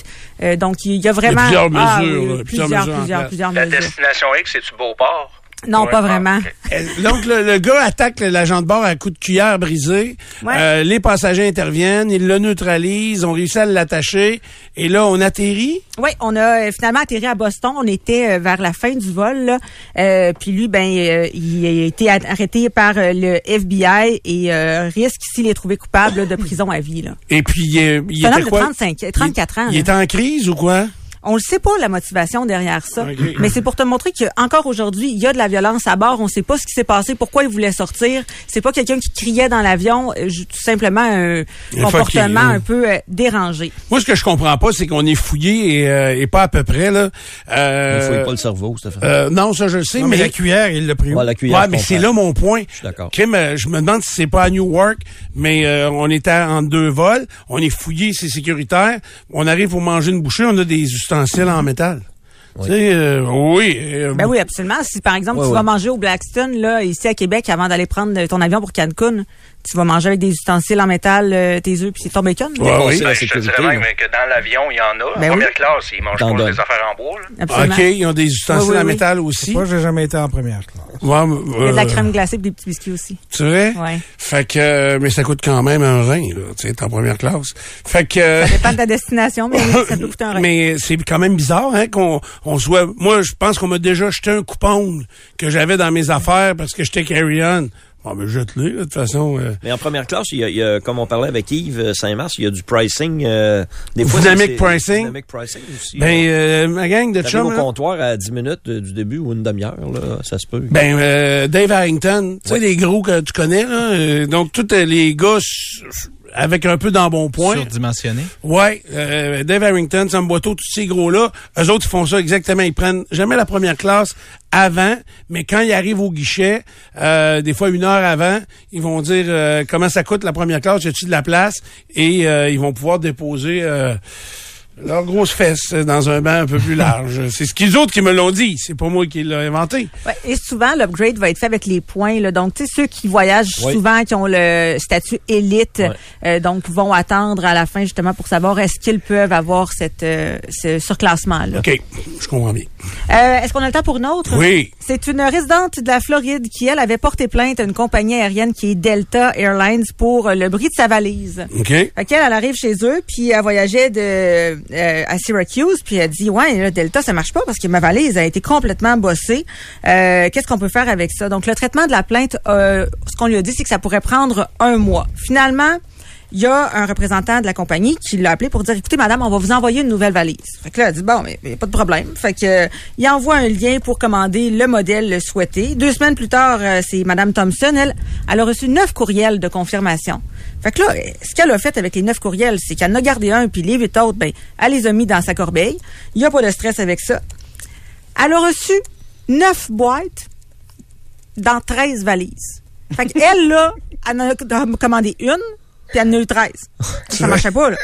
Speaker 4: Euh, donc, il y a vraiment...
Speaker 1: plusieurs
Speaker 4: Ah,
Speaker 1: mesures, là,
Speaker 4: oui,
Speaker 1: plusieurs mesures
Speaker 4: plusieurs,
Speaker 1: en
Speaker 4: plusieurs,
Speaker 1: place.
Speaker 4: plusieurs
Speaker 6: La
Speaker 4: mesures.
Speaker 6: destination X, c'est-tu Beauport?
Speaker 4: Non,
Speaker 6: Ouais,
Speaker 4: pas
Speaker 6: ah,
Speaker 4: vraiment.
Speaker 6: ok.
Speaker 1: Euh, Donc, le, le gars attaque l'agent de bord à coups de cuillère brisée.
Speaker 4: Ouais.
Speaker 1: Euh, les passagers interviennent, ils le neutralisent, on réussit à l'attacher. Et là, on atterrit.
Speaker 4: Oui, on a euh, finalement atterri à Boston. On était euh, vers la fin du vol. là. Euh, puis lui, ben, euh, il a été a- arrêté par euh, le FBI et euh, risque, s'il est trouvé coupable, là, de prison à vie. Là.
Speaker 1: Et puis, il, est- il
Speaker 4: C'est un
Speaker 1: était
Speaker 4: homme de
Speaker 1: quoi?
Speaker 4: 35, euh, 34 ans.
Speaker 1: Il
Speaker 4: là.
Speaker 1: est en crise ou quoi?
Speaker 4: On le sait pas, la motivation derrière ça.
Speaker 1: Ok.
Speaker 4: Mais c'est pour te montrer qu'encore aujourd'hui, il y a de la violence à bord. On sait pas ce qui s'est passé, pourquoi il voulait sortir. C'est pas quelqu'un qui criait dans l'avion, euh, ju- tout simplement un comportement
Speaker 1: fucké,
Speaker 4: un peu euh, dérangé.
Speaker 1: Moi, ce que je comprends pas, c'est qu'on est fouillé et, euh, et pas à peu près, là. Euh,
Speaker 2: Il faut pas le cerveau, Stéphane.
Speaker 1: euh, non, ça, je le sais,
Speaker 5: Non, mais la cuillère, il l'a pris où?
Speaker 2: Ouais, la cuillère,
Speaker 1: ouais,
Speaker 2: je
Speaker 1: mais c'est
Speaker 2: comprends.
Speaker 1: là mon point.
Speaker 2: suis d'accord.
Speaker 1: Kim, euh, je me demande si c'est pas à Newark, mais euh, on était en deux vols, on est fouillé, c'est sécuritaire, on arrive pour manger une bouchée, on a des ustensiles en métal. Tu sais, euh, oui. euh,
Speaker 4: Ben oui, absolument. Si par exemple
Speaker 2: Ouais,
Speaker 4: tu
Speaker 2: ouais.
Speaker 4: vas manger au Blackstone là ici à Québec avant d'aller prendre euh, ton avion pour Cancun, tu vas manger avec des ustensiles en métal, euh, tes œufs puis ton bacon. là.
Speaker 1: Ouais,
Speaker 2: On
Speaker 1: euh, oui.
Speaker 2: sait
Speaker 6: Ben,
Speaker 2: la
Speaker 6: je te
Speaker 2: sécurité,
Speaker 6: dirais
Speaker 2: là.
Speaker 6: même que dans l'avion, il y en a.
Speaker 4: Ben
Speaker 6: en première
Speaker 4: oui.
Speaker 6: classe, ils mangent
Speaker 2: T'en
Speaker 6: pas
Speaker 2: donnes.
Speaker 6: des affaires en bois. là.
Speaker 4: Absolument.
Speaker 1: OK, ils ont des ustensiles
Speaker 4: Oui, oui,
Speaker 1: en
Speaker 4: oui.
Speaker 1: métal aussi.
Speaker 5: Moi, j'ai jamais été en première classe.
Speaker 1: Ouais,
Speaker 4: Il y a de la
Speaker 1: euh,
Speaker 4: crème glacée et des petits biscuits aussi.
Speaker 1: Tu vois?
Speaker 4: Ouais.
Speaker 1: Fait que, euh, mais ça coûte quand même un rein, là, tu sais, t'es en première classe. Fait que... euh,
Speaker 4: Ça dépend de ta destination, mais oui, ça peut coûter un rein.
Speaker 1: Mais c'est quand même bizarre hein, qu'on on soit. Moi, je pense qu'on m'a déjà jeté un coupon que j'avais dans mes affaires parce que j'étais carry-on. Bon, ben jette-le, là, de toute façon. euh.
Speaker 2: Mais en première classe, il y a, il y a, comme on parlait avec Yves euh, Saint-Mars, il y a du pricing. euh, des
Speaker 1: Dynamic
Speaker 2: c'est-
Speaker 1: pricing.
Speaker 2: Dynamic pricing aussi.
Speaker 1: Ben, euh, ma gang de
Speaker 2: T'arrives
Speaker 1: chum.
Speaker 2: au comptoir à 10 minutes euh, du début ou une demi-heure, là, ça se peut.
Speaker 1: Ben, euh, Dave Harrington, tu sais, les gros que tu connais, là. euh, donc, tous euh, les gars s- s- avec un peu d'embonpoint.
Speaker 3: Surdimensionné.
Speaker 1: Ouais, euh, Dave Harrington, Sam Boiteau, tous ces gros-là, eux autres, ils font ça exactement. Ils prennent jamais la première classe avant, mais quand ils arrivent au guichet, euh, des fois une heure avant, ils vont dire euh, comment ça coûte la première classe, y a-t-il de la place, et euh, ils vont pouvoir déposer euh, leurs grosses fesses dans un banc un peu plus large. c'est ce qu'ils autres qui me l'ont dit, c'est pas moi qui l'ai inventé.
Speaker 4: Ouais, et souvent, l'upgrade va être fait avec les points. Là. Donc, tu sais, ceux qui voyagent
Speaker 2: Oui.
Speaker 4: souvent, qui ont le statut élite, euh, donc vont attendre à la fin justement pour savoir est-ce qu'ils peuvent avoir cette, euh, ce surclassement-là.
Speaker 1: OK, je comprends bien.
Speaker 4: Euh, Est-ce qu'on a le temps pour une autre?
Speaker 1: Oui.
Speaker 4: C'est une résidente de la Floride qui, elle, avait porté plainte à une compagnie aérienne qui est Delta Airlines pour euh, le bruit de sa valise.
Speaker 1: OK.
Speaker 4: Fait qu'elle, elle arrive chez eux, puis elle voyageait de, euh, à Syracuse, puis elle dit, ouais, là, Delta, ça marche pas parce que ma valise a été complètement bossée. Euh, Qu'est-ce qu'on peut faire avec ça? Donc, le traitement de la plainte, euh, ce qu'on lui a dit, c'est que ça pourrait prendre un mois. Finalement, il y a un représentant de la compagnie qui l'a appelé pour dire, écoutez, madame, on va vous envoyer une nouvelle valise. Fait que là, elle dit, bon, mais, mais pas de problème. Fait que, euh, il envoie un lien pour commander le modèle souhaité. Deux semaines plus tard, euh, c'est madame Thompson, elle, elle a reçu neuf courriels de confirmation. Fait que là, euh, ce qu'elle a fait avec les neuf courriels, c'est qu'elle en a gardé un, puis les huit autres, ben, elle les a mis dans sa corbeille. Il n'y a pas de stress avec ça. Elle a reçu neuf boîtes dans 13 valises. Fait qu'elle, là, elle en a commandé une, puis elle en a eu 13. Ça marchait pas, là.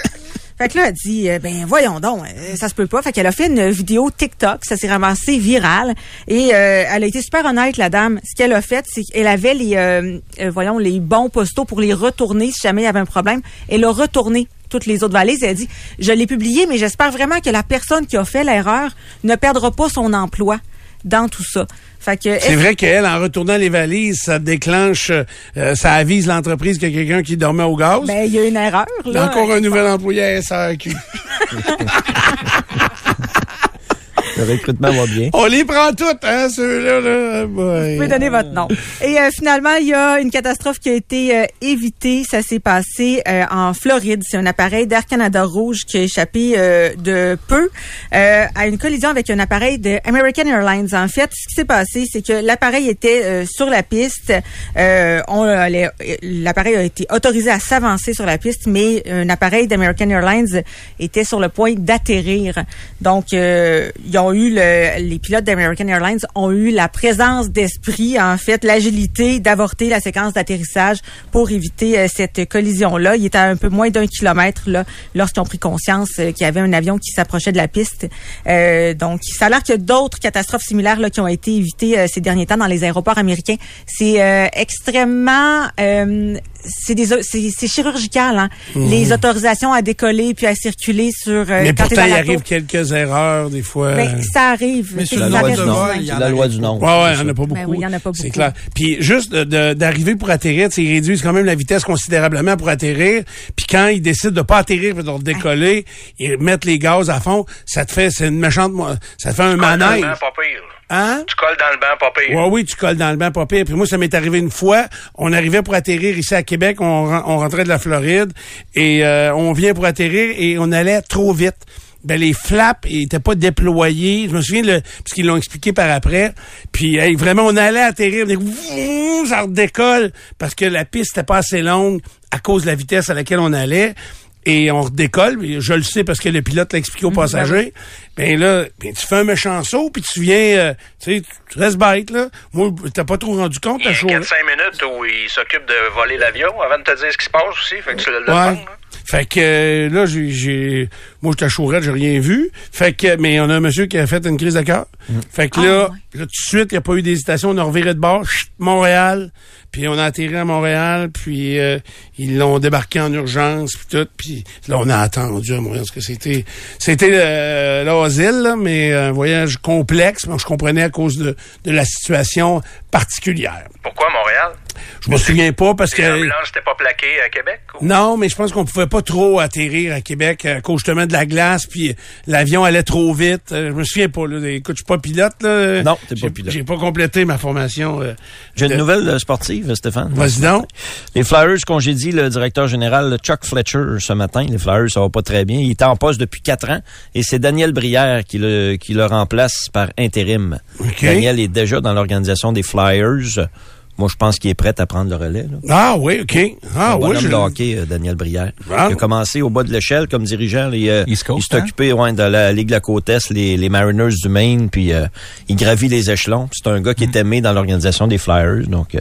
Speaker 4: Fait que là, elle dit, euh, ben voyons donc, euh, ça se peut pas. Fait qu'elle a fait une vidéo TikTok, ça s'est ramassé viral. Et euh, elle a été super honnête, la dame. Ce qu'elle a fait, c'est qu'elle avait les, euh, euh, voyons, les bons postaux pour les retourner si jamais il y avait un problème. Elle a retourné toutes les autres valises. Elle a dit, je l'ai publié, mais j'espère vraiment que la personne qui a fait l'erreur ne perdra pas son emploi dans tout ça. Fait que,
Speaker 1: C'est vrai qu'elle, en retournant les valises, ça déclenche, euh, ça avise l'entreprise qu'il y a quelqu'un qui dormait au gaz.
Speaker 4: ben, il y a une erreur, là.
Speaker 1: Encore un nouvel employé à SAQ.
Speaker 2: Le recrutement va bien.
Speaker 1: On les prend toutes, hein, ceux-là. Là.
Speaker 4: Vous pouvez donner votre nom. Et euh, finalement, il y a une catastrophe qui a été euh, évitée. Ça s'est passé euh, en Floride. C'est un appareil d'Air Canada Rouge qui a échappé euh, de peu euh, à une collision avec un appareil de American Airlines. En fait, ce qui s'est passé, c'est que l'appareil était euh, sur la piste. Euh, on allait- l'appareil a été autorisé à s'avancer sur la piste, mais un appareil d'American Airlines était sur le point d'atterrir. Donc, euh, ils ont eu le- euh, les pilotes d'American Airlines ont eu la présence d'esprit, en fait, l'agilité d'avorter la séquence d'atterrissage pour éviter euh, cette collision-là. Il était à un peu moins d'un kilomètre là lorsqu'ils ont pris conscience euh, qu'il y avait un avion qui s'approchait de la piste. Euh, donc, ça a l'air qu'il y a d'autres catastrophes similaires là, qui ont été évitées euh, ces derniers temps dans les aéroports américains. C'est euh, extrêmement euh, c'est des c'est c'est chirurgical hein. les autorisations à décoller puis à circuler sur euh,
Speaker 1: Mmh. Mais
Speaker 4: quand
Speaker 1: pourtant,
Speaker 4: t'es dans
Speaker 1: il
Speaker 4: la
Speaker 1: arrive
Speaker 4: tour.
Speaker 1: quelques erreurs, des fois.
Speaker 4: Ben, ça arrive.
Speaker 5: Mais
Speaker 4: C'est
Speaker 5: sur
Speaker 2: La
Speaker 5: la
Speaker 4: ça
Speaker 2: loi
Speaker 5: loi
Speaker 4: reste
Speaker 2: du
Speaker 5: de
Speaker 2: non.
Speaker 5: vol, il y
Speaker 2: C'est la
Speaker 5: en a
Speaker 2: loi
Speaker 5: beaucoup.
Speaker 2: du non.
Speaker 1: Ouais, ouais, il
Speaker 2: c'est
Speaker 1: n'y en a pas beaucoup.
Speaker 4: Ben oui, il y en a pas
Speaker 1: C'est
Speaker 4: beaucoup.
Speaker 1: clair. Puis juste de- de- d'arriver pour atterrir, tu sais, ils réduisent quand même la vitesse considérablement pour atterrir. Puis quand ils décident de pas atterrir, mais de décoller, ils mettent les gaz à fond, ça te fait, c'est une méchante, mo- ça te fait un
Speaker 6: Colle dans le banc,
Speaker 1: manège.
Speaker 6: pas pire.
Speaker 1: Hein?
Speaker 6: Tu colles dans le banc, pas pire.
Speaker 1: Ouais, oui, tu colles dans le banc, pas pire. Puis moi, ça m'est arrivé une fois. On arrivait pour atterrir ici à Québec. On, ren- on rentrait de la Floride et euh, on vient pour atterrir et on allait trop vite. Ben, les flaps n'étaient pas déployés. Je me souviens, le, parce qu'ils l'ont expliqué par après. Puis hey, vraiment, on allait atterrir. mais wouh, ça redécolle parce que la piste n'était pas assez longue à cause de la vitesse à laquelle on allait. Et on redécolle, mais je le sais parce que le pilote l'a expliqué aux passagers. Ben là, ben tu fais un méchant saut, puis tu viens, euh, tu sais, tu- tu restes bête, là. Moi, t'as pas trop rendu compte,
Speaker 6: Il y a
Speaker 1: t'as chaud.
Speaker 6: 4-5 minutes où il s'occupe de voler l'avion avant de te dire ce qui se passe aussi. Fait que tu le le hein.
Speaker 1: Ouais.
Speaker 6: demandes, là.
Speaker 1: Fait que euh, là, j'ai, j'ai- moi, j'étais chourette, j'ai rien vu. Fait que, mais on a un monsieur qui a fait une crise de cœur. Fait que là, là, tout de suite, il n'y a pas eu d'hésitation. On a reviré de bord, chut, Montréal. Puis on a atterri à Montréal, puis euh, ils l'ont débarqué en urgence, puis tout. Puis là, on a attendu à Montréal, parce que c'était, c'était euh, l'asile, là, mais un voyage complexe. Moi, je comprenais à cause de, de la situation particulière.
Speaker 6: Pourquoi Montréal?
Speaker 1: Je me souviens pas parce
Speaker 6: Les
Speaker 1: que...
Speaker 6: ambulances n'étaient pas plaquées à Québec? ou-
Speaker 1: Non, mais je pense qu'on pouvait pas trop atterrir à Québec à cause justement de la glace, puis euh, l'avion allait trop vite. Euh, Je me souviens pas. Là, écoute, je suis pas pilote. Là.
Speaker 2: Non, t'es pas
Speaker 1: J'ai-
Speaker 2: pilote.
Speaker 1: J'ai pas complété ma formation. euh,
Speaker 2: J'ai
Speaker 1: de-
Speaker 2: une nouvelle euh, sportive, Stéphane.
Speaker 1: Vas-y donc.
Speaker 2: Les Flyers congédient le directeur général Chuck Fletcher ce matin. Les Flyers, ça va pas très bien. Il est en poste depuis quatre ans et c'est Daniel Brière qui le, qui le remplace par intérim.
Speaker 1: OK.
Speaker 2: Daniel est déjà dans l'organisation des Flyers. Moi, je pense qu'il est prêt à prendre le relais. là.
Speaker 1: Ah oui, ok. Ah
Speaker 2: Un
Speaker 1: oui,
Speaker 2: bonhomme
Speaker 1: je-
Speaker 2: de hockey, euh, Daniel Brière.
Speaker 1: Ah.
Speaker 2: Il a commencé au bas de l'échelle comme dirigeant. les, euh,
Speaker 3: East Coast,
Speaker 2: il s'est
Speaker 3: hein?
Speaker 2: occupé ouais, de la Ligue de la Côte Est, les, les Mariners du Maine, puis euh, il gravit les échelons. C'est un gars qui
Speaker 1: Mm-hmm.
Speaker 2: est aimé dans l'organisation des Flyers. Donc, euh,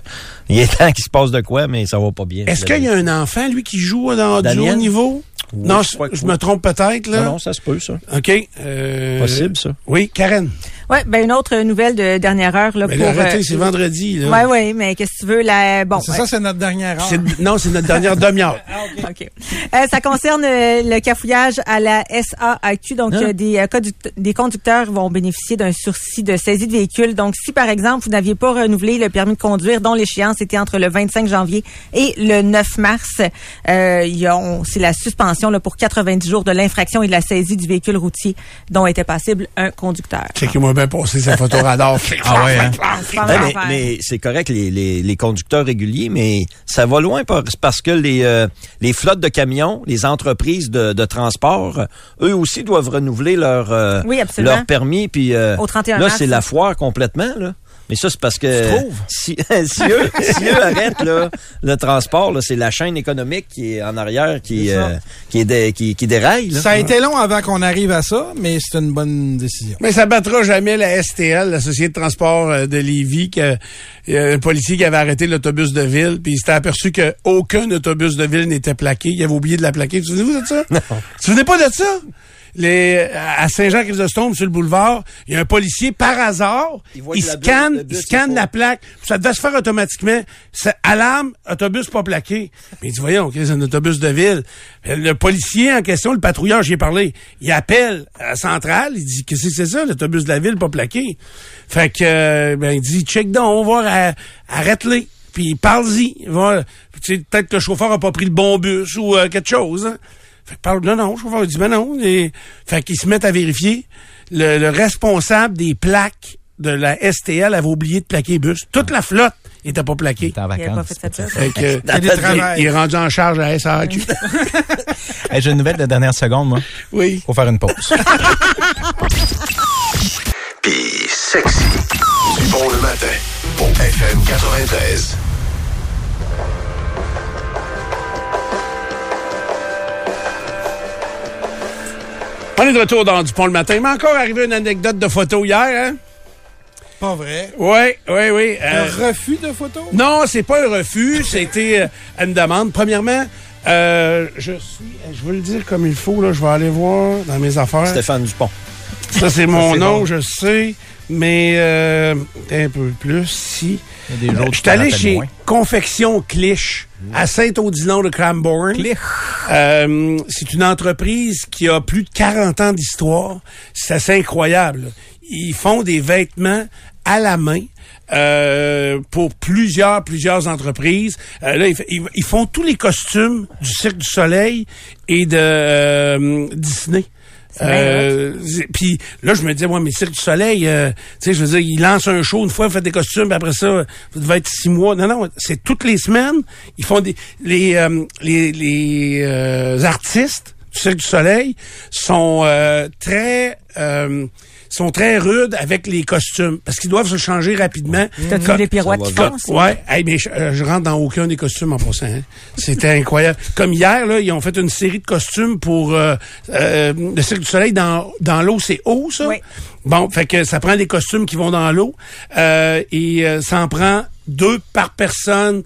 Speaker 2: il est temps qu'il se passe de quoi, mais ça va pas bien.
Speaker 1: Est-ce qu'il y a un enfant lui qui joue dans du haut
Speaker 2: Daniel?
Speaker 1: niveau
Speaker 2: Oui,
Speaker 1: Non,
Speaker 2: je
Speaker 1: je,
Speaker 2: crois que
Speaker 1: je
Speaker 2: oui.
Speaker 1: me trompe peut-être là.
Speaker 2: Non, non, ça se peut, ça.
Speaker 1: Ok. euh,
Speaker 2: Possible, ça.
Speaker 1: Oui, Karen.
Speaker 4: Ouais, ben une autre nouvelle de dernière heure là
Speaker 1: Mais
Speaker 4: pour.
Speaker 1: là, arrêtez,
Speaker 4: euh,
Speaker 1: c'est vendredi là.
Speaker 4: Ouais, ouais, mais qu'est-ce que tu veux la bon.
Speaker 5: C'est
Speaker 4: ouais.
Speaker 5: ça, c'est notre dernière heure.
Speaker 1: C'est- non, c'est notre dernière demi-heure.
Speaker 4: OK. Euh, ça concerne euh, le cafouillage à la SAAQ. Donc, euh, des, euh, conduct- des conducteurs vont bénéficier d'un sursis de saisie de véhicule. Donc, si par exemple, vous n'aviez pas renouvelé le permis de conduire dont l'échéance était entre le 25 janvier et le 9 mars, euh, ils ont- c'est la suspension là, pour 90 jours de l'infraction et de la saisie du véhicule routier dont était passible un conducteur.
Speaker 1: Checkez-moi bien passer sa photo radar.
Speaker 3: Ah ouais, hein?
Speaker 4: C'est Eh, pas
Speaker 2: Ouais, Ben,
Speaker 4: mal
Speaker 2: mais
Speaker 4: à faire.
Speaker 2: mais c'est correct, les, les, les conducteurs réguliers, mais ça va loin par- parce que les, euh, les flottes de camions, les entreprises de, de transport, euh, eux aussi doivent renouveler leur, euh,
Speaker 4: Oui, absolument.
Speaker 2: leur permis. Puis, euh,
Speaker 4: Au 31
Speaker 2: là,
Speaker 4: mars.
Speaker 2: c'est la foire complètement. Là. Mais ça, c'est parce que.
Speaker 3: Tu trouves?
Speaker 2: Si, si eux, si eux arrêtent là, le transport, là, c'est la chaîne économique qui est en arrière qui,
Speaker 5: C'est ça.
Speaker 2: euh, qui, est dé- qui, qui déraille. là.
Speaker 5: Ça a été long avant qu'on arrive à ça, mais c'est une bonne décision.
Speaker 1: Mais ça battra jamais la STL, la Société de transport euh, de Lévis, que euh, un policier qui avait arrêté l'autobus de ville, puis il s'était aperçu que aucun autobus de ville n'était plaqué. Il avait oublié de la plaquer. Vous Souvenez-vous de ça? Vous Souvenez pas de ça? Les, à Saint-Jean-Chrysostome, sur le boulevard, il y a un policier, par hasard,
Speaker 2: Il voit
Speaker 1: il
Speaker 2: que la bus-
Speaker 1: scanne,
Speaker 2: le bus
Speaker 1: il
Speaker 2: est
Speaker 1: scanne
Speaker 2: faux.
Speaker 1: la plaque. Ça devait se faire automatiquement. Ça, alarme, autobus pas plaqué. Mais il dit, voyons, OK, c'est un autobus de ville. Mais Le policier en question, le patrouilleur, j'y ai parlé, il appelle à la centrale, il dit, qu'est-ce que c'est ça, l'autobus de la ville pas plaqué? Fait que, euh, ben, il dit, check donc, on va voir, à- arrête-les. Puis parle-y. Va- tu sais, Peut-être que le chauffeur a pas pris le bon bus ou euh, quelque chose. hein. Fait que parle, non, non, le chauffeur il dit, mais non. Et, fait qu'ils se mettent à vérifier. Le, le responsable des plaques de la STL avait oublié de plaquer les bus. Toute la flotte était pas plaquée.
Speaker 3: T'es en
Speaker 4: Il avait pas
Speaker 3: vacances.
Speaker 4: fait sa job.
Speaker 1: Fait que, euh,
Speaker 2: Dans
Speaker 1: il,
Speaker 2: ta
Speaker 5: vie.
Speaker 1: il est rendu en charge à SAQ.
Speaker 3: Hey, J'ai une nouvelle de dernière seconde, moi.
Speaker 1: oui.
Speaker 3: Faut faire une pause.
Speaker 7: Pis sexy. Du bon le matin. Pour FM 93.
Speaker 1: On est de retour dans Dupont le matin. Il m'est encore arrivé une anecdote de photo hier, hein?
Speaker 5: Pas vrai.
Speaker 1: Oui, oui, oui. euh,
Speaker 5: Un refus de photo?
Speaker 1: Non, c'est pas un refus, c'était euh, une demande. Premièrement, euh, je suis, je veux le dire comme il faut, là, je vais aller voir dans mes affaires.
Speaker 2: Stéphane Dupont.
Speaker 1: Ça, c'est mon
Speaker 5: c'est
Speaker 1: nom,
Speaker 5: bon.
Speaker 1: je sais, mais euh, un peu plus, si. Euh,
Speaker 3: Il y a des jours
Speaker 1: Je suis
Speaker 3: que tu t'en
Speaker 1: allé
Speaker 3: rappelles
Speaker 1: chez
Speaker 3: moins. Mm.
Speaker 1: Confection Clich à Saint-Odilon de Cranbourne.
Speaker 3: Clich.
Speaker 1: Euh, c'est une entreprise qui a plus de 40 ans d'histoire. C'est assez incroyable. là. Ils font des vêtements à la main euh, pour plusieurs, plusieurs entreprises. Euh, là, ils, fa- ils- ils font tous les costumes du Cirque du Soleil et de euh, Disney.
Speaker 4: bien
Speaker 1: Euh, c'est- Puis là, je me disais, ouais, mais Cirque du Soleil, euh, tu sais, je veux dire, ils lancent un show une fois, vous faites des costumes, puis après ça, vous devez être six mois. Non, non, c'est toutes les semaines. Ils font des... Les, euh, les, les euh, artistes du Cirque du Soleil sont euh, très... euh, sont très rudes avec les costumes parce qu'ils doivent se changer rapidement.
Speaker 4: T'as-tu
Speaker 1: Comme-
Speaker 4: vu les pirouettes qui
Speaker 1: Comme-
Speaker 4: font? ça?
Speaker 1: Ouais, hey, mais je, euh, je rentre dans aucun des costumes en passant. hein. C'était incroyable. Comme hier, là, ils ont fait une série de costumes pour euh, euh, le Cirque du Soleil dans, dans l'eau, c'est haut, ça?
Speaker 4: Oui.
Speaker 1: Bon, fait que ça prend des costumes qui vont dans l'eau. euh, et euh, ça en prend deux par personne.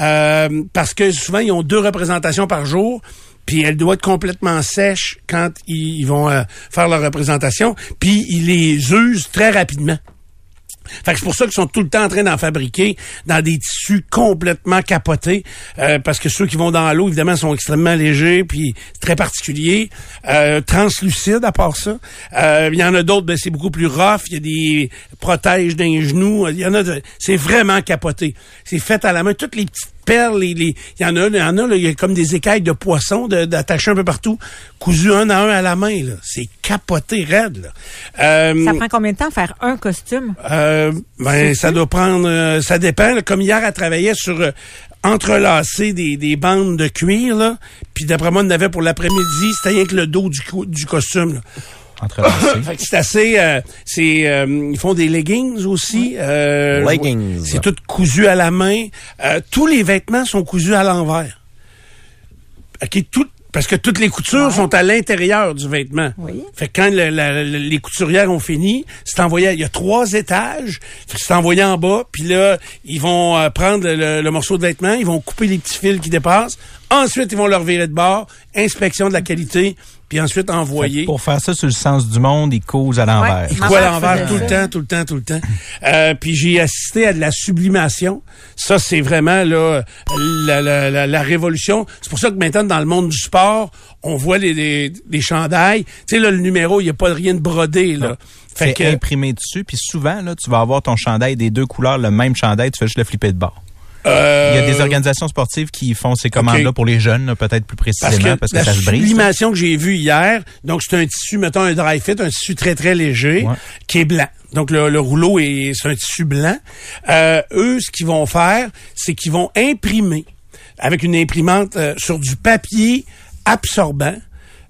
Speaker 1: euh, parce que souvent, ils ont deux représentations par jour. Puis elle doit être complètement sèche quand ils ils vont euh, faire leur représentation. Puis ils les usent très rapidement. Fait que c'est pour ça qu'ils sont tout le temps en train d'en fabriquer dans des tissus complètement capotés, euh, parce que ceux qui vont dans l'eau, évidemment, sont extrêmement légers, puis c'est très particuliers, euh, translucides à part ça. Euh, Il y en a d'autres, ben, c'est beaucoup plus rough, il y a des protèges d'un genou, il y en a, de- c'est vraiment capoté. C'est fait à la main, toutes les petites perles, les- les- il y en a, il y en a, là, il y a comme des écailles de poisson de- d'attacher un peu partout, cousu un à un à la main, là. C'est capoté raide, là. Euh,
Speaker 4: Ça prend combien de temps faire un costume?
Speaker 1: euh, ben, ça doit prendre, euh, ça dépend. là. Comme hier, elle travaillait sur euh, entrelacer des, des bandes de cuir, là. Puis d'après moi, on en avait pour l'après-midi. C'était rien que le dos du, cou- du costume. là.
Speaker 3: Entrelacé.
Speaker 1: Fait que c'est assez, euh, c'est, euh, ils font des leggings aussi. euh,
Speaker 2: Leggings.
Speaker 1: C'est tout cousu à la main. Euh, tous les vêtements sont cousus à l'envers. OK, tout, parce que toutes les coutures sont à l'intérieur du vêtement.
Speaker 4: Oui.
Speaker 1: Fait que quand le- la- la- les couturières ont fini, c'est envoyé, il y a trois étages, fait que c'est envoyé en bas, puis là, ils vont euh, prendre le, le morceau de vêtement, ils vont couper les petits fils qui dépassent, ensuite, ils vont le revirer de bord, inspection de la qualité, puis ensuite envoyer.
Speaker 3: Pour faire ça sur le sens du monde, ils causent à l'envers.
Speaker 4: Ouais.
Speaker 1: Il quoi à
Speaker 4: Ma mère
Speaker 1: l'envers tout
Speaker 4: faisait
Speaker 1: le temps, tout le temps, tout le temps. Euh, puis j'ai assisté à de la sublimation. Ça, c'est vraiment là la, la, la, la révolution. C'est pour ça que maintenant, dans le monde du sport, on voit les, les, les chandails. Tu sais, là, le numéro, il n'y a pas rien de brodé, là. Fait
Speaker 3: C'est
Speaker 1: que,
Speaker 3: imprimé dessus, puis souvent, là, tu vas avoir ton chandail des deux couleurs, le même chandail, tu fais juste le flipper de bord. Il y a des
Speaker 1: euh,
Speaker 3: organisations sportives qui font ces commandes-là pour les jeunes, là, peut-être plus
Speaker 1: Parce
Speaker 3: précisément,
Speaker 1: que,
Speaker 3: parce que,
Speaker 1: la
Speaker 3: ça se brise. là.
Speaker 1: sublimation que j'ai vue hier, donc c'est un tissu, mettons un dry fit, un tissu très très léger,
Speaker 3: Ouais.
Speaker 1: qui est blanc. Donc le, le rouleau est c'est un tissu blanc. Euh, eux, ce qu'ils vont faire, c'est qu'ils vont imprimer avec une imprimante euh, sur du papier absorbant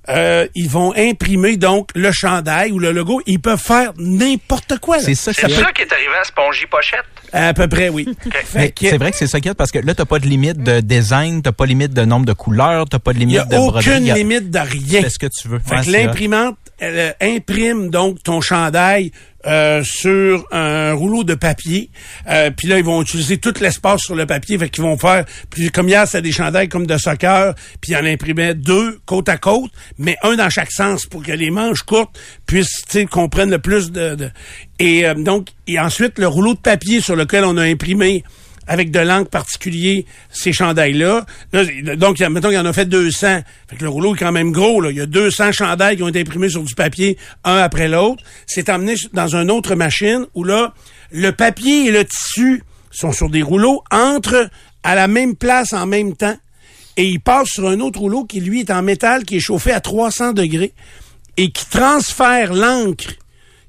Speaker 1: euh, ils vont imprimer donc le chandail ou le logo. Ils peuvent faire n'importe quoi. là.
Speaker 3: C'est ça que ça
Speaker 6: C'est
Speaker 3: peut
Speaker 6: ça qui est arrivé à Spongy Pochette.
Speaker 1: À peu près, oui.
Speaker 3: Mais
Speaker 1: Fait que-
Speaker 3: c'est vrai que c'est ça qui est parce que là, t'as pas de limite de design, t'as pas de limite de nombre de couleurs, t'as pas de
Speaker 1: Il n'y a
Speaker 3: limite de brebis.
Speaker 1: aucune
Speaker 3: y a-
Speaker 1: limite de rien.
Speaker 3: Fais ce que tu veux.
Speaker 1: Fait
Speaker 3: Ouais,
Speaker 1: que
Speaker 3: c'est
Speaker 1: l'imprimante elle, euh, imprime donc ton chandail euh, sur un rouleau de papier. Euh, puis là, ils vont utiliser tout l'espace sur le papier. Fait qu'ils vont faire... Puis comme hier, c'était des chandails comme de soccer. Puis ils en imprimaient deux côte à côte, mais un dans chaque sens pour que les manches courtes puissent, tu sais, qu'on prenne le plus de... de- Et euh, donc, et ensuite, le rouleau de papier sur lequel on a imprimé avec de l'encre particulier ces chandails-là. Là, il- donc, il y a- mettons qu'il en a fait 200. Fait que le rouleau est quand même gros. Là. Il y a 200 chandails qui ont été imprimés sur du papier, un après l'autre. C'est emmené s- dans une autre machine où là, le papier et le tissu sont sur des rouleaux, entrent à la même place en même temps. Et ils passent sur un autre rouleau qui, lui, est en métal, qui est chauffé à 300 degrés et qui transfère l'encre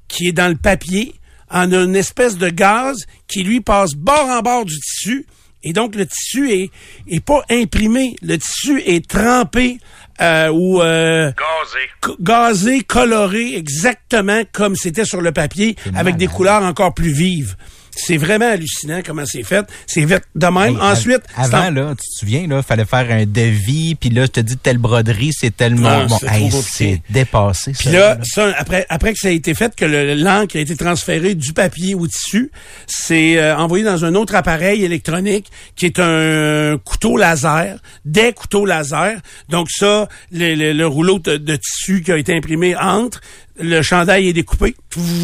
Speaker 1: qui est dans le papier en une espèce de gaz qui lui passe bord en bord du tissu. Et donc, le tissu est, est pas imprimé. Le tissu est trempé euh, ou euh,
Speaker 6: Gazé.
Speaker 1: co- gazé, coloré, exactement comme c'était sur le papier, avec des couleurs encore plus vives. C'est vraiment hallucinant comment c'est fait. C'est fait de même.
Speaker 3: Hey, av-
Speaker 1: Ensuite, c'est en-
Speaker 3: avant là, tu te souviens là, fallait faire un devis, puis là, je te dis telle broderie, c'est tellement
Speaker 1: Non,
Speaker 3: bon.
Speaker 1: c'est trop
Speaker 3: Hey,
Speaker 1: compliqué.
Speaker 3: c'est dépassé.
Speaker 1: Puis
Speaker 3: ça,
Speaker 1: là,
Speaker 3: là.
Speaker 1: ça, après, après que ça a été fait, que le- l'encre a été transférée du papier au tissu, c'est euh, envoyé dans un autre appareil électronique qui est un couteau laser, des couteaux laser. Donc ça, le, le- le rouleau de, de tissu qui a été imprimé entre, le chandail est découpé.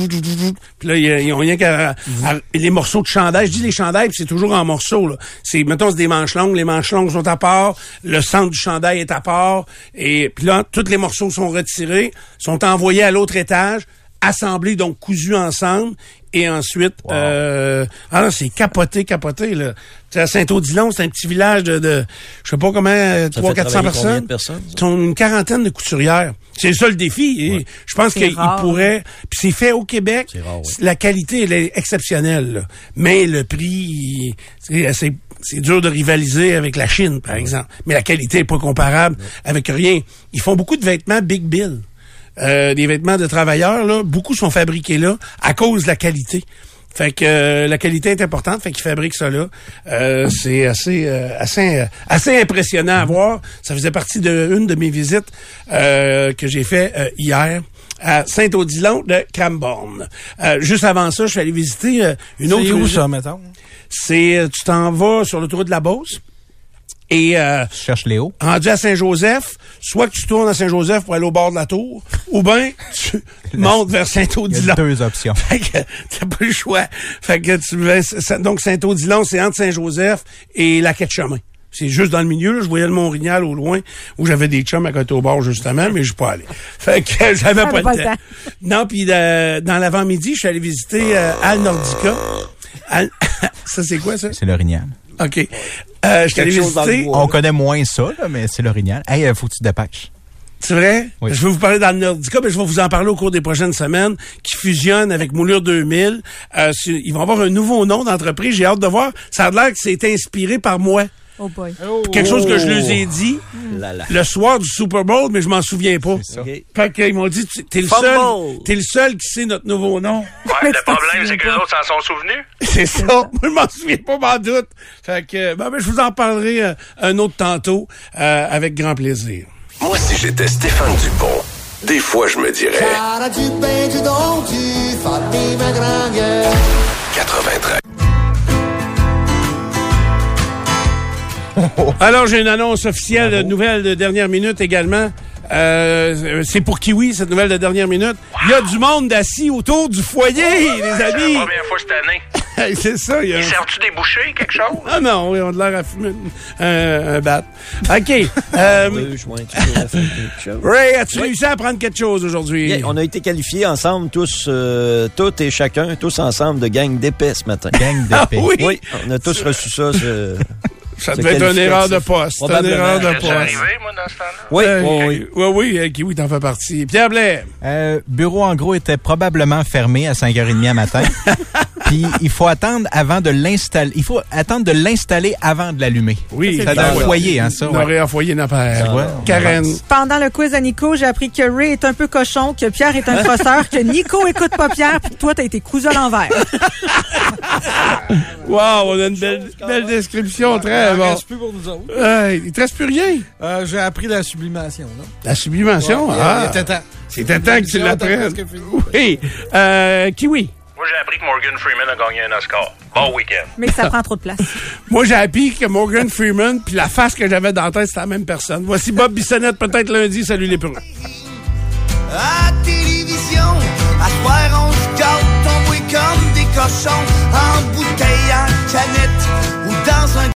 Speaker 1: Puis là, ils- ils ont rien qu'à... à- Les morceaux de chandail, je dis les chandails, puis c'est toujours en morceaux. Là. C'est, mettons, c'est des manches longues, les manches longues sont à part, le centre du chandail est à part, et puis là, tous les morceaux sont retirés, sont envoyés à l'autre étage, assemblés, donc cousus ensemble, et ensuite... Euh, ah non, c'est capoté, capoté, là. Tu sais, à Saint-Odilon, c'est un petit village de, de je sais pas comment, euh,
Speaker 2: Ça
Speaker 1: 300-400
Speaker 2: fait travailler
Speaker 1: personnes.
Speaker 2: combien de personnes, ça?
Speaker 1: Ils sont une quarantaine de couturières. C'est ça le défi. et Je pense
Speaker 4: C'est
Speaker 1: qu'ils
Speaker 4: rare.
Speaker 1: pourraient... Puis c'est fait au Québec.
Speaker 2: C'est rare, oui.
Speaker 1: La qualité, elle est exceptionnelle. là. Mais le prix, il- c'est c'est- c'est dur de rivaliser avec la Chine, par exemple. Mais la qualité n'est pas comparable avec rien. Ils font beaucoup de vêtements Big Bill. Euh, des vêtements de travailleurs, là, beaucoup sont fabriqués là à cause de la qualité. Fait que euh, la qualité est importante, fait qu'ils fabriquent ça là. Euh, c'est assez euh, assez euh, assez impressionnant à voir. Ça faisait partie de une de mes visites euh, que j'ai fait euh, hier à Saint-Odilon de Cramborne. Euh, juste avant ça, je suis allé visiter euh, une autre
Speaker 5: C'est où
Speaker 1: usine.
Speaker 5: ça, mettons?
Speaker 1: C'est euh, tu t'en vas sur l'autoroute de la Beauce et euh,
Speaker 3: tu cherches Léo.
Speaker 1: rendu à Saint-Joseph, soit que tu tournes à Saint-Joseph pour aller au bord de la tour, ou bien tu montes vers
Speaker 3: Il y
Speaker 1: Saint-Odilon.
Speaker 3: a deux options.
Speaker 1: Fait que t'as pas le choix. Fait que tu vas- ça- donc Saint-Odilon, c'est entre Saint-Joseph et la quête chemin. C'est juste dans le milieu, là. je voyais le Mont-Rignal au loin, où j'avais des chums à côté au bord, justement, mais je suis pas allé. Fait que j'avais pas, le temps. Non, puis euh, dans l'avant-midi, je suis allé visiter euh, Al Nordica. Al- ça, c'est quoi, ça?
Speaker 3: C'est l'orignal.
Speaker 1: OK. Euh, je suis allé
Speaker 2: Quelque chose dans le
Speaker 1: visiter...
Speaker 2: bois.
Speaker 3: On connaît moins ça, là, mais c'est l'orignal. Hey, euh, faut que tu te dépêches.
Speaker 1: C'est vrai?
Speaker 3: Oui.
Speaker 1: Je vais vous parler dans le Nordica, mais je vais vous en parler au cours des prochaines semaines, qui fusionne avec Moulure 2000. Euh, c'est- ils vont avoir un nouveau nom d'entreprise. J'ai hâte de voir. Ça a l'air que c'est inspiré par moi.
Speaker 4: Oh boy.
Speaker 1: Quelque chose que je leur ai dit
Speaker 2: Là, là.
Speaker 1: le soir du Super Bowl, mais je m'en souviens pas.
Speaker 2: Oh. ça. Ok.
Speaker 1: Fait qu'ils m'ont dit, tu- t'es le
Speaker 2: Fumble.
Speaker 1: seul, t'es le seul qui sait notre nouveau nom.
Speaker 6: Ouais, le problème, c'est que les autres s'en sont souvenus.
Speaker 1: C'est ça. Moi, je m'en souviens pas, m'en doute. Fait que, ben, ben, je vous en parlerai euh, un autre tantôt, euh, avec grand plaisir.
Speaker 7: Moi, si j'étais Stéphane Dupont, des fois, je me dirais...
Speaker 8: Hey,
Speaker 7: 93.
Speaker 1: Alors, j'ai une annonce officielle, euh, nouvelle de dernière minute également. Euh, c'est pour Kiwi, cette nouvelle de dernière minute. Il y a du monde assis autour du foyer, les
Speaker 6: C'est
Speaker 1: amis.
Speaker 6: la première fois cette année.
Speaker 1: Hey, c'est ça, il y a un-
Speaker 6: Sers-tu des bouchées, quelque chose?
Speaker 1: Ah non, ils ont de l'air à fumer euh, un bat. OK. euh,
Speaker 2: Deux joints, tu peux faire quelque chose.
Speaker 1: Ray, as-tu réussi à apprendre quelque chose aujourd'hui?
Speaker 2: Bien, on a été qualifiés ensemble, tous, euh, toutes et chacun, tous ensemble de gang d'épais ce matin.
Speaker 3: Gang de
Speaker 1: Ah
Speaker 3: paix.
Speaker 1: oui?
Speaker 2: Oui, on a tous reçu ça. ce-
Speaker 1: Ça
Speaker 2: C'est
Speaker 1: devait être une
Speaker 2: qualificatif.
Speaker 1: erreur de poste. Une
Speaker 2: Probablement.
Speaker 1: erreur de
Speaker 6: Je suis
Speaker 1: poste.
Speaker 6: arrivé, moi, dans ce temps-là.
Speaker 2: Oui,
Speaker 1: Euh,
Speaker 2: oui, oui.
Speaker 1: oui, oui, euh, Kiwi t'en fait partie. Pierre Blais.
Speaker 3: Euh, bureau en gros était probablement fermé à 5h30 à matin. Puis il faut attendre avant de l'installer. Il faut attendre de l'installer avant de l'allumer.
Speaker 1: Oui,
Speaker 3: Ça dans le foyer, hein, ça. ouais.
Speaker 1: N'aurait un foyer n'a
Speaker 3: Tu vois,
Speaker 1: pas.
Speaker 3: on
Speaker 1: Karen.
Speaker 4: Pendant le quiz à Nico, j'ai appris que Ray est un peu cochon, que Pierre est un crosseur, que Nico écoute pas Pierre, puis que toi, t'as été cousin à l'envers.
Speaker 1: Wow, on a une belle, belle description, très
Speaker 5: Ah, Il en
Speaker 1: bon.
Speaker 5: reste plus pour nous autres.
Speaker 1: Euh, il te reste plus rien.
Speaker 5: Euh, J'ai appris la sublimation. Là.
Speaker 1: La sublimation,
Speaker 5: Ouais, il y a-
Speaker 1: ah.
Speaker 5: il était temps.
Speaker 1: C'était temps que tu
Speaker 5: L'émission,
Speaker 1: l'apprennes.
Speaker 5: t'as presque fini.
Speaker 1: Oui. Euh, Kiwi.
Speaker 6: Moi, j'ai appris que Morgan Freeman a gagné un Oscar. Bon week-end.
Speaker 4: Mais que ça prend trop de place.
Speaker 1: Moi, j'ai appris que Morgan Freeman puis la face que j'avais dans la tête, c'était la même personne. Voici Bob Bissonnette, peut-être lundi. Salut les pureux.
Speaker 9: À télévision, à soir on se gâte, on boit comme des cochons, en bouteille, en canette, ou dans un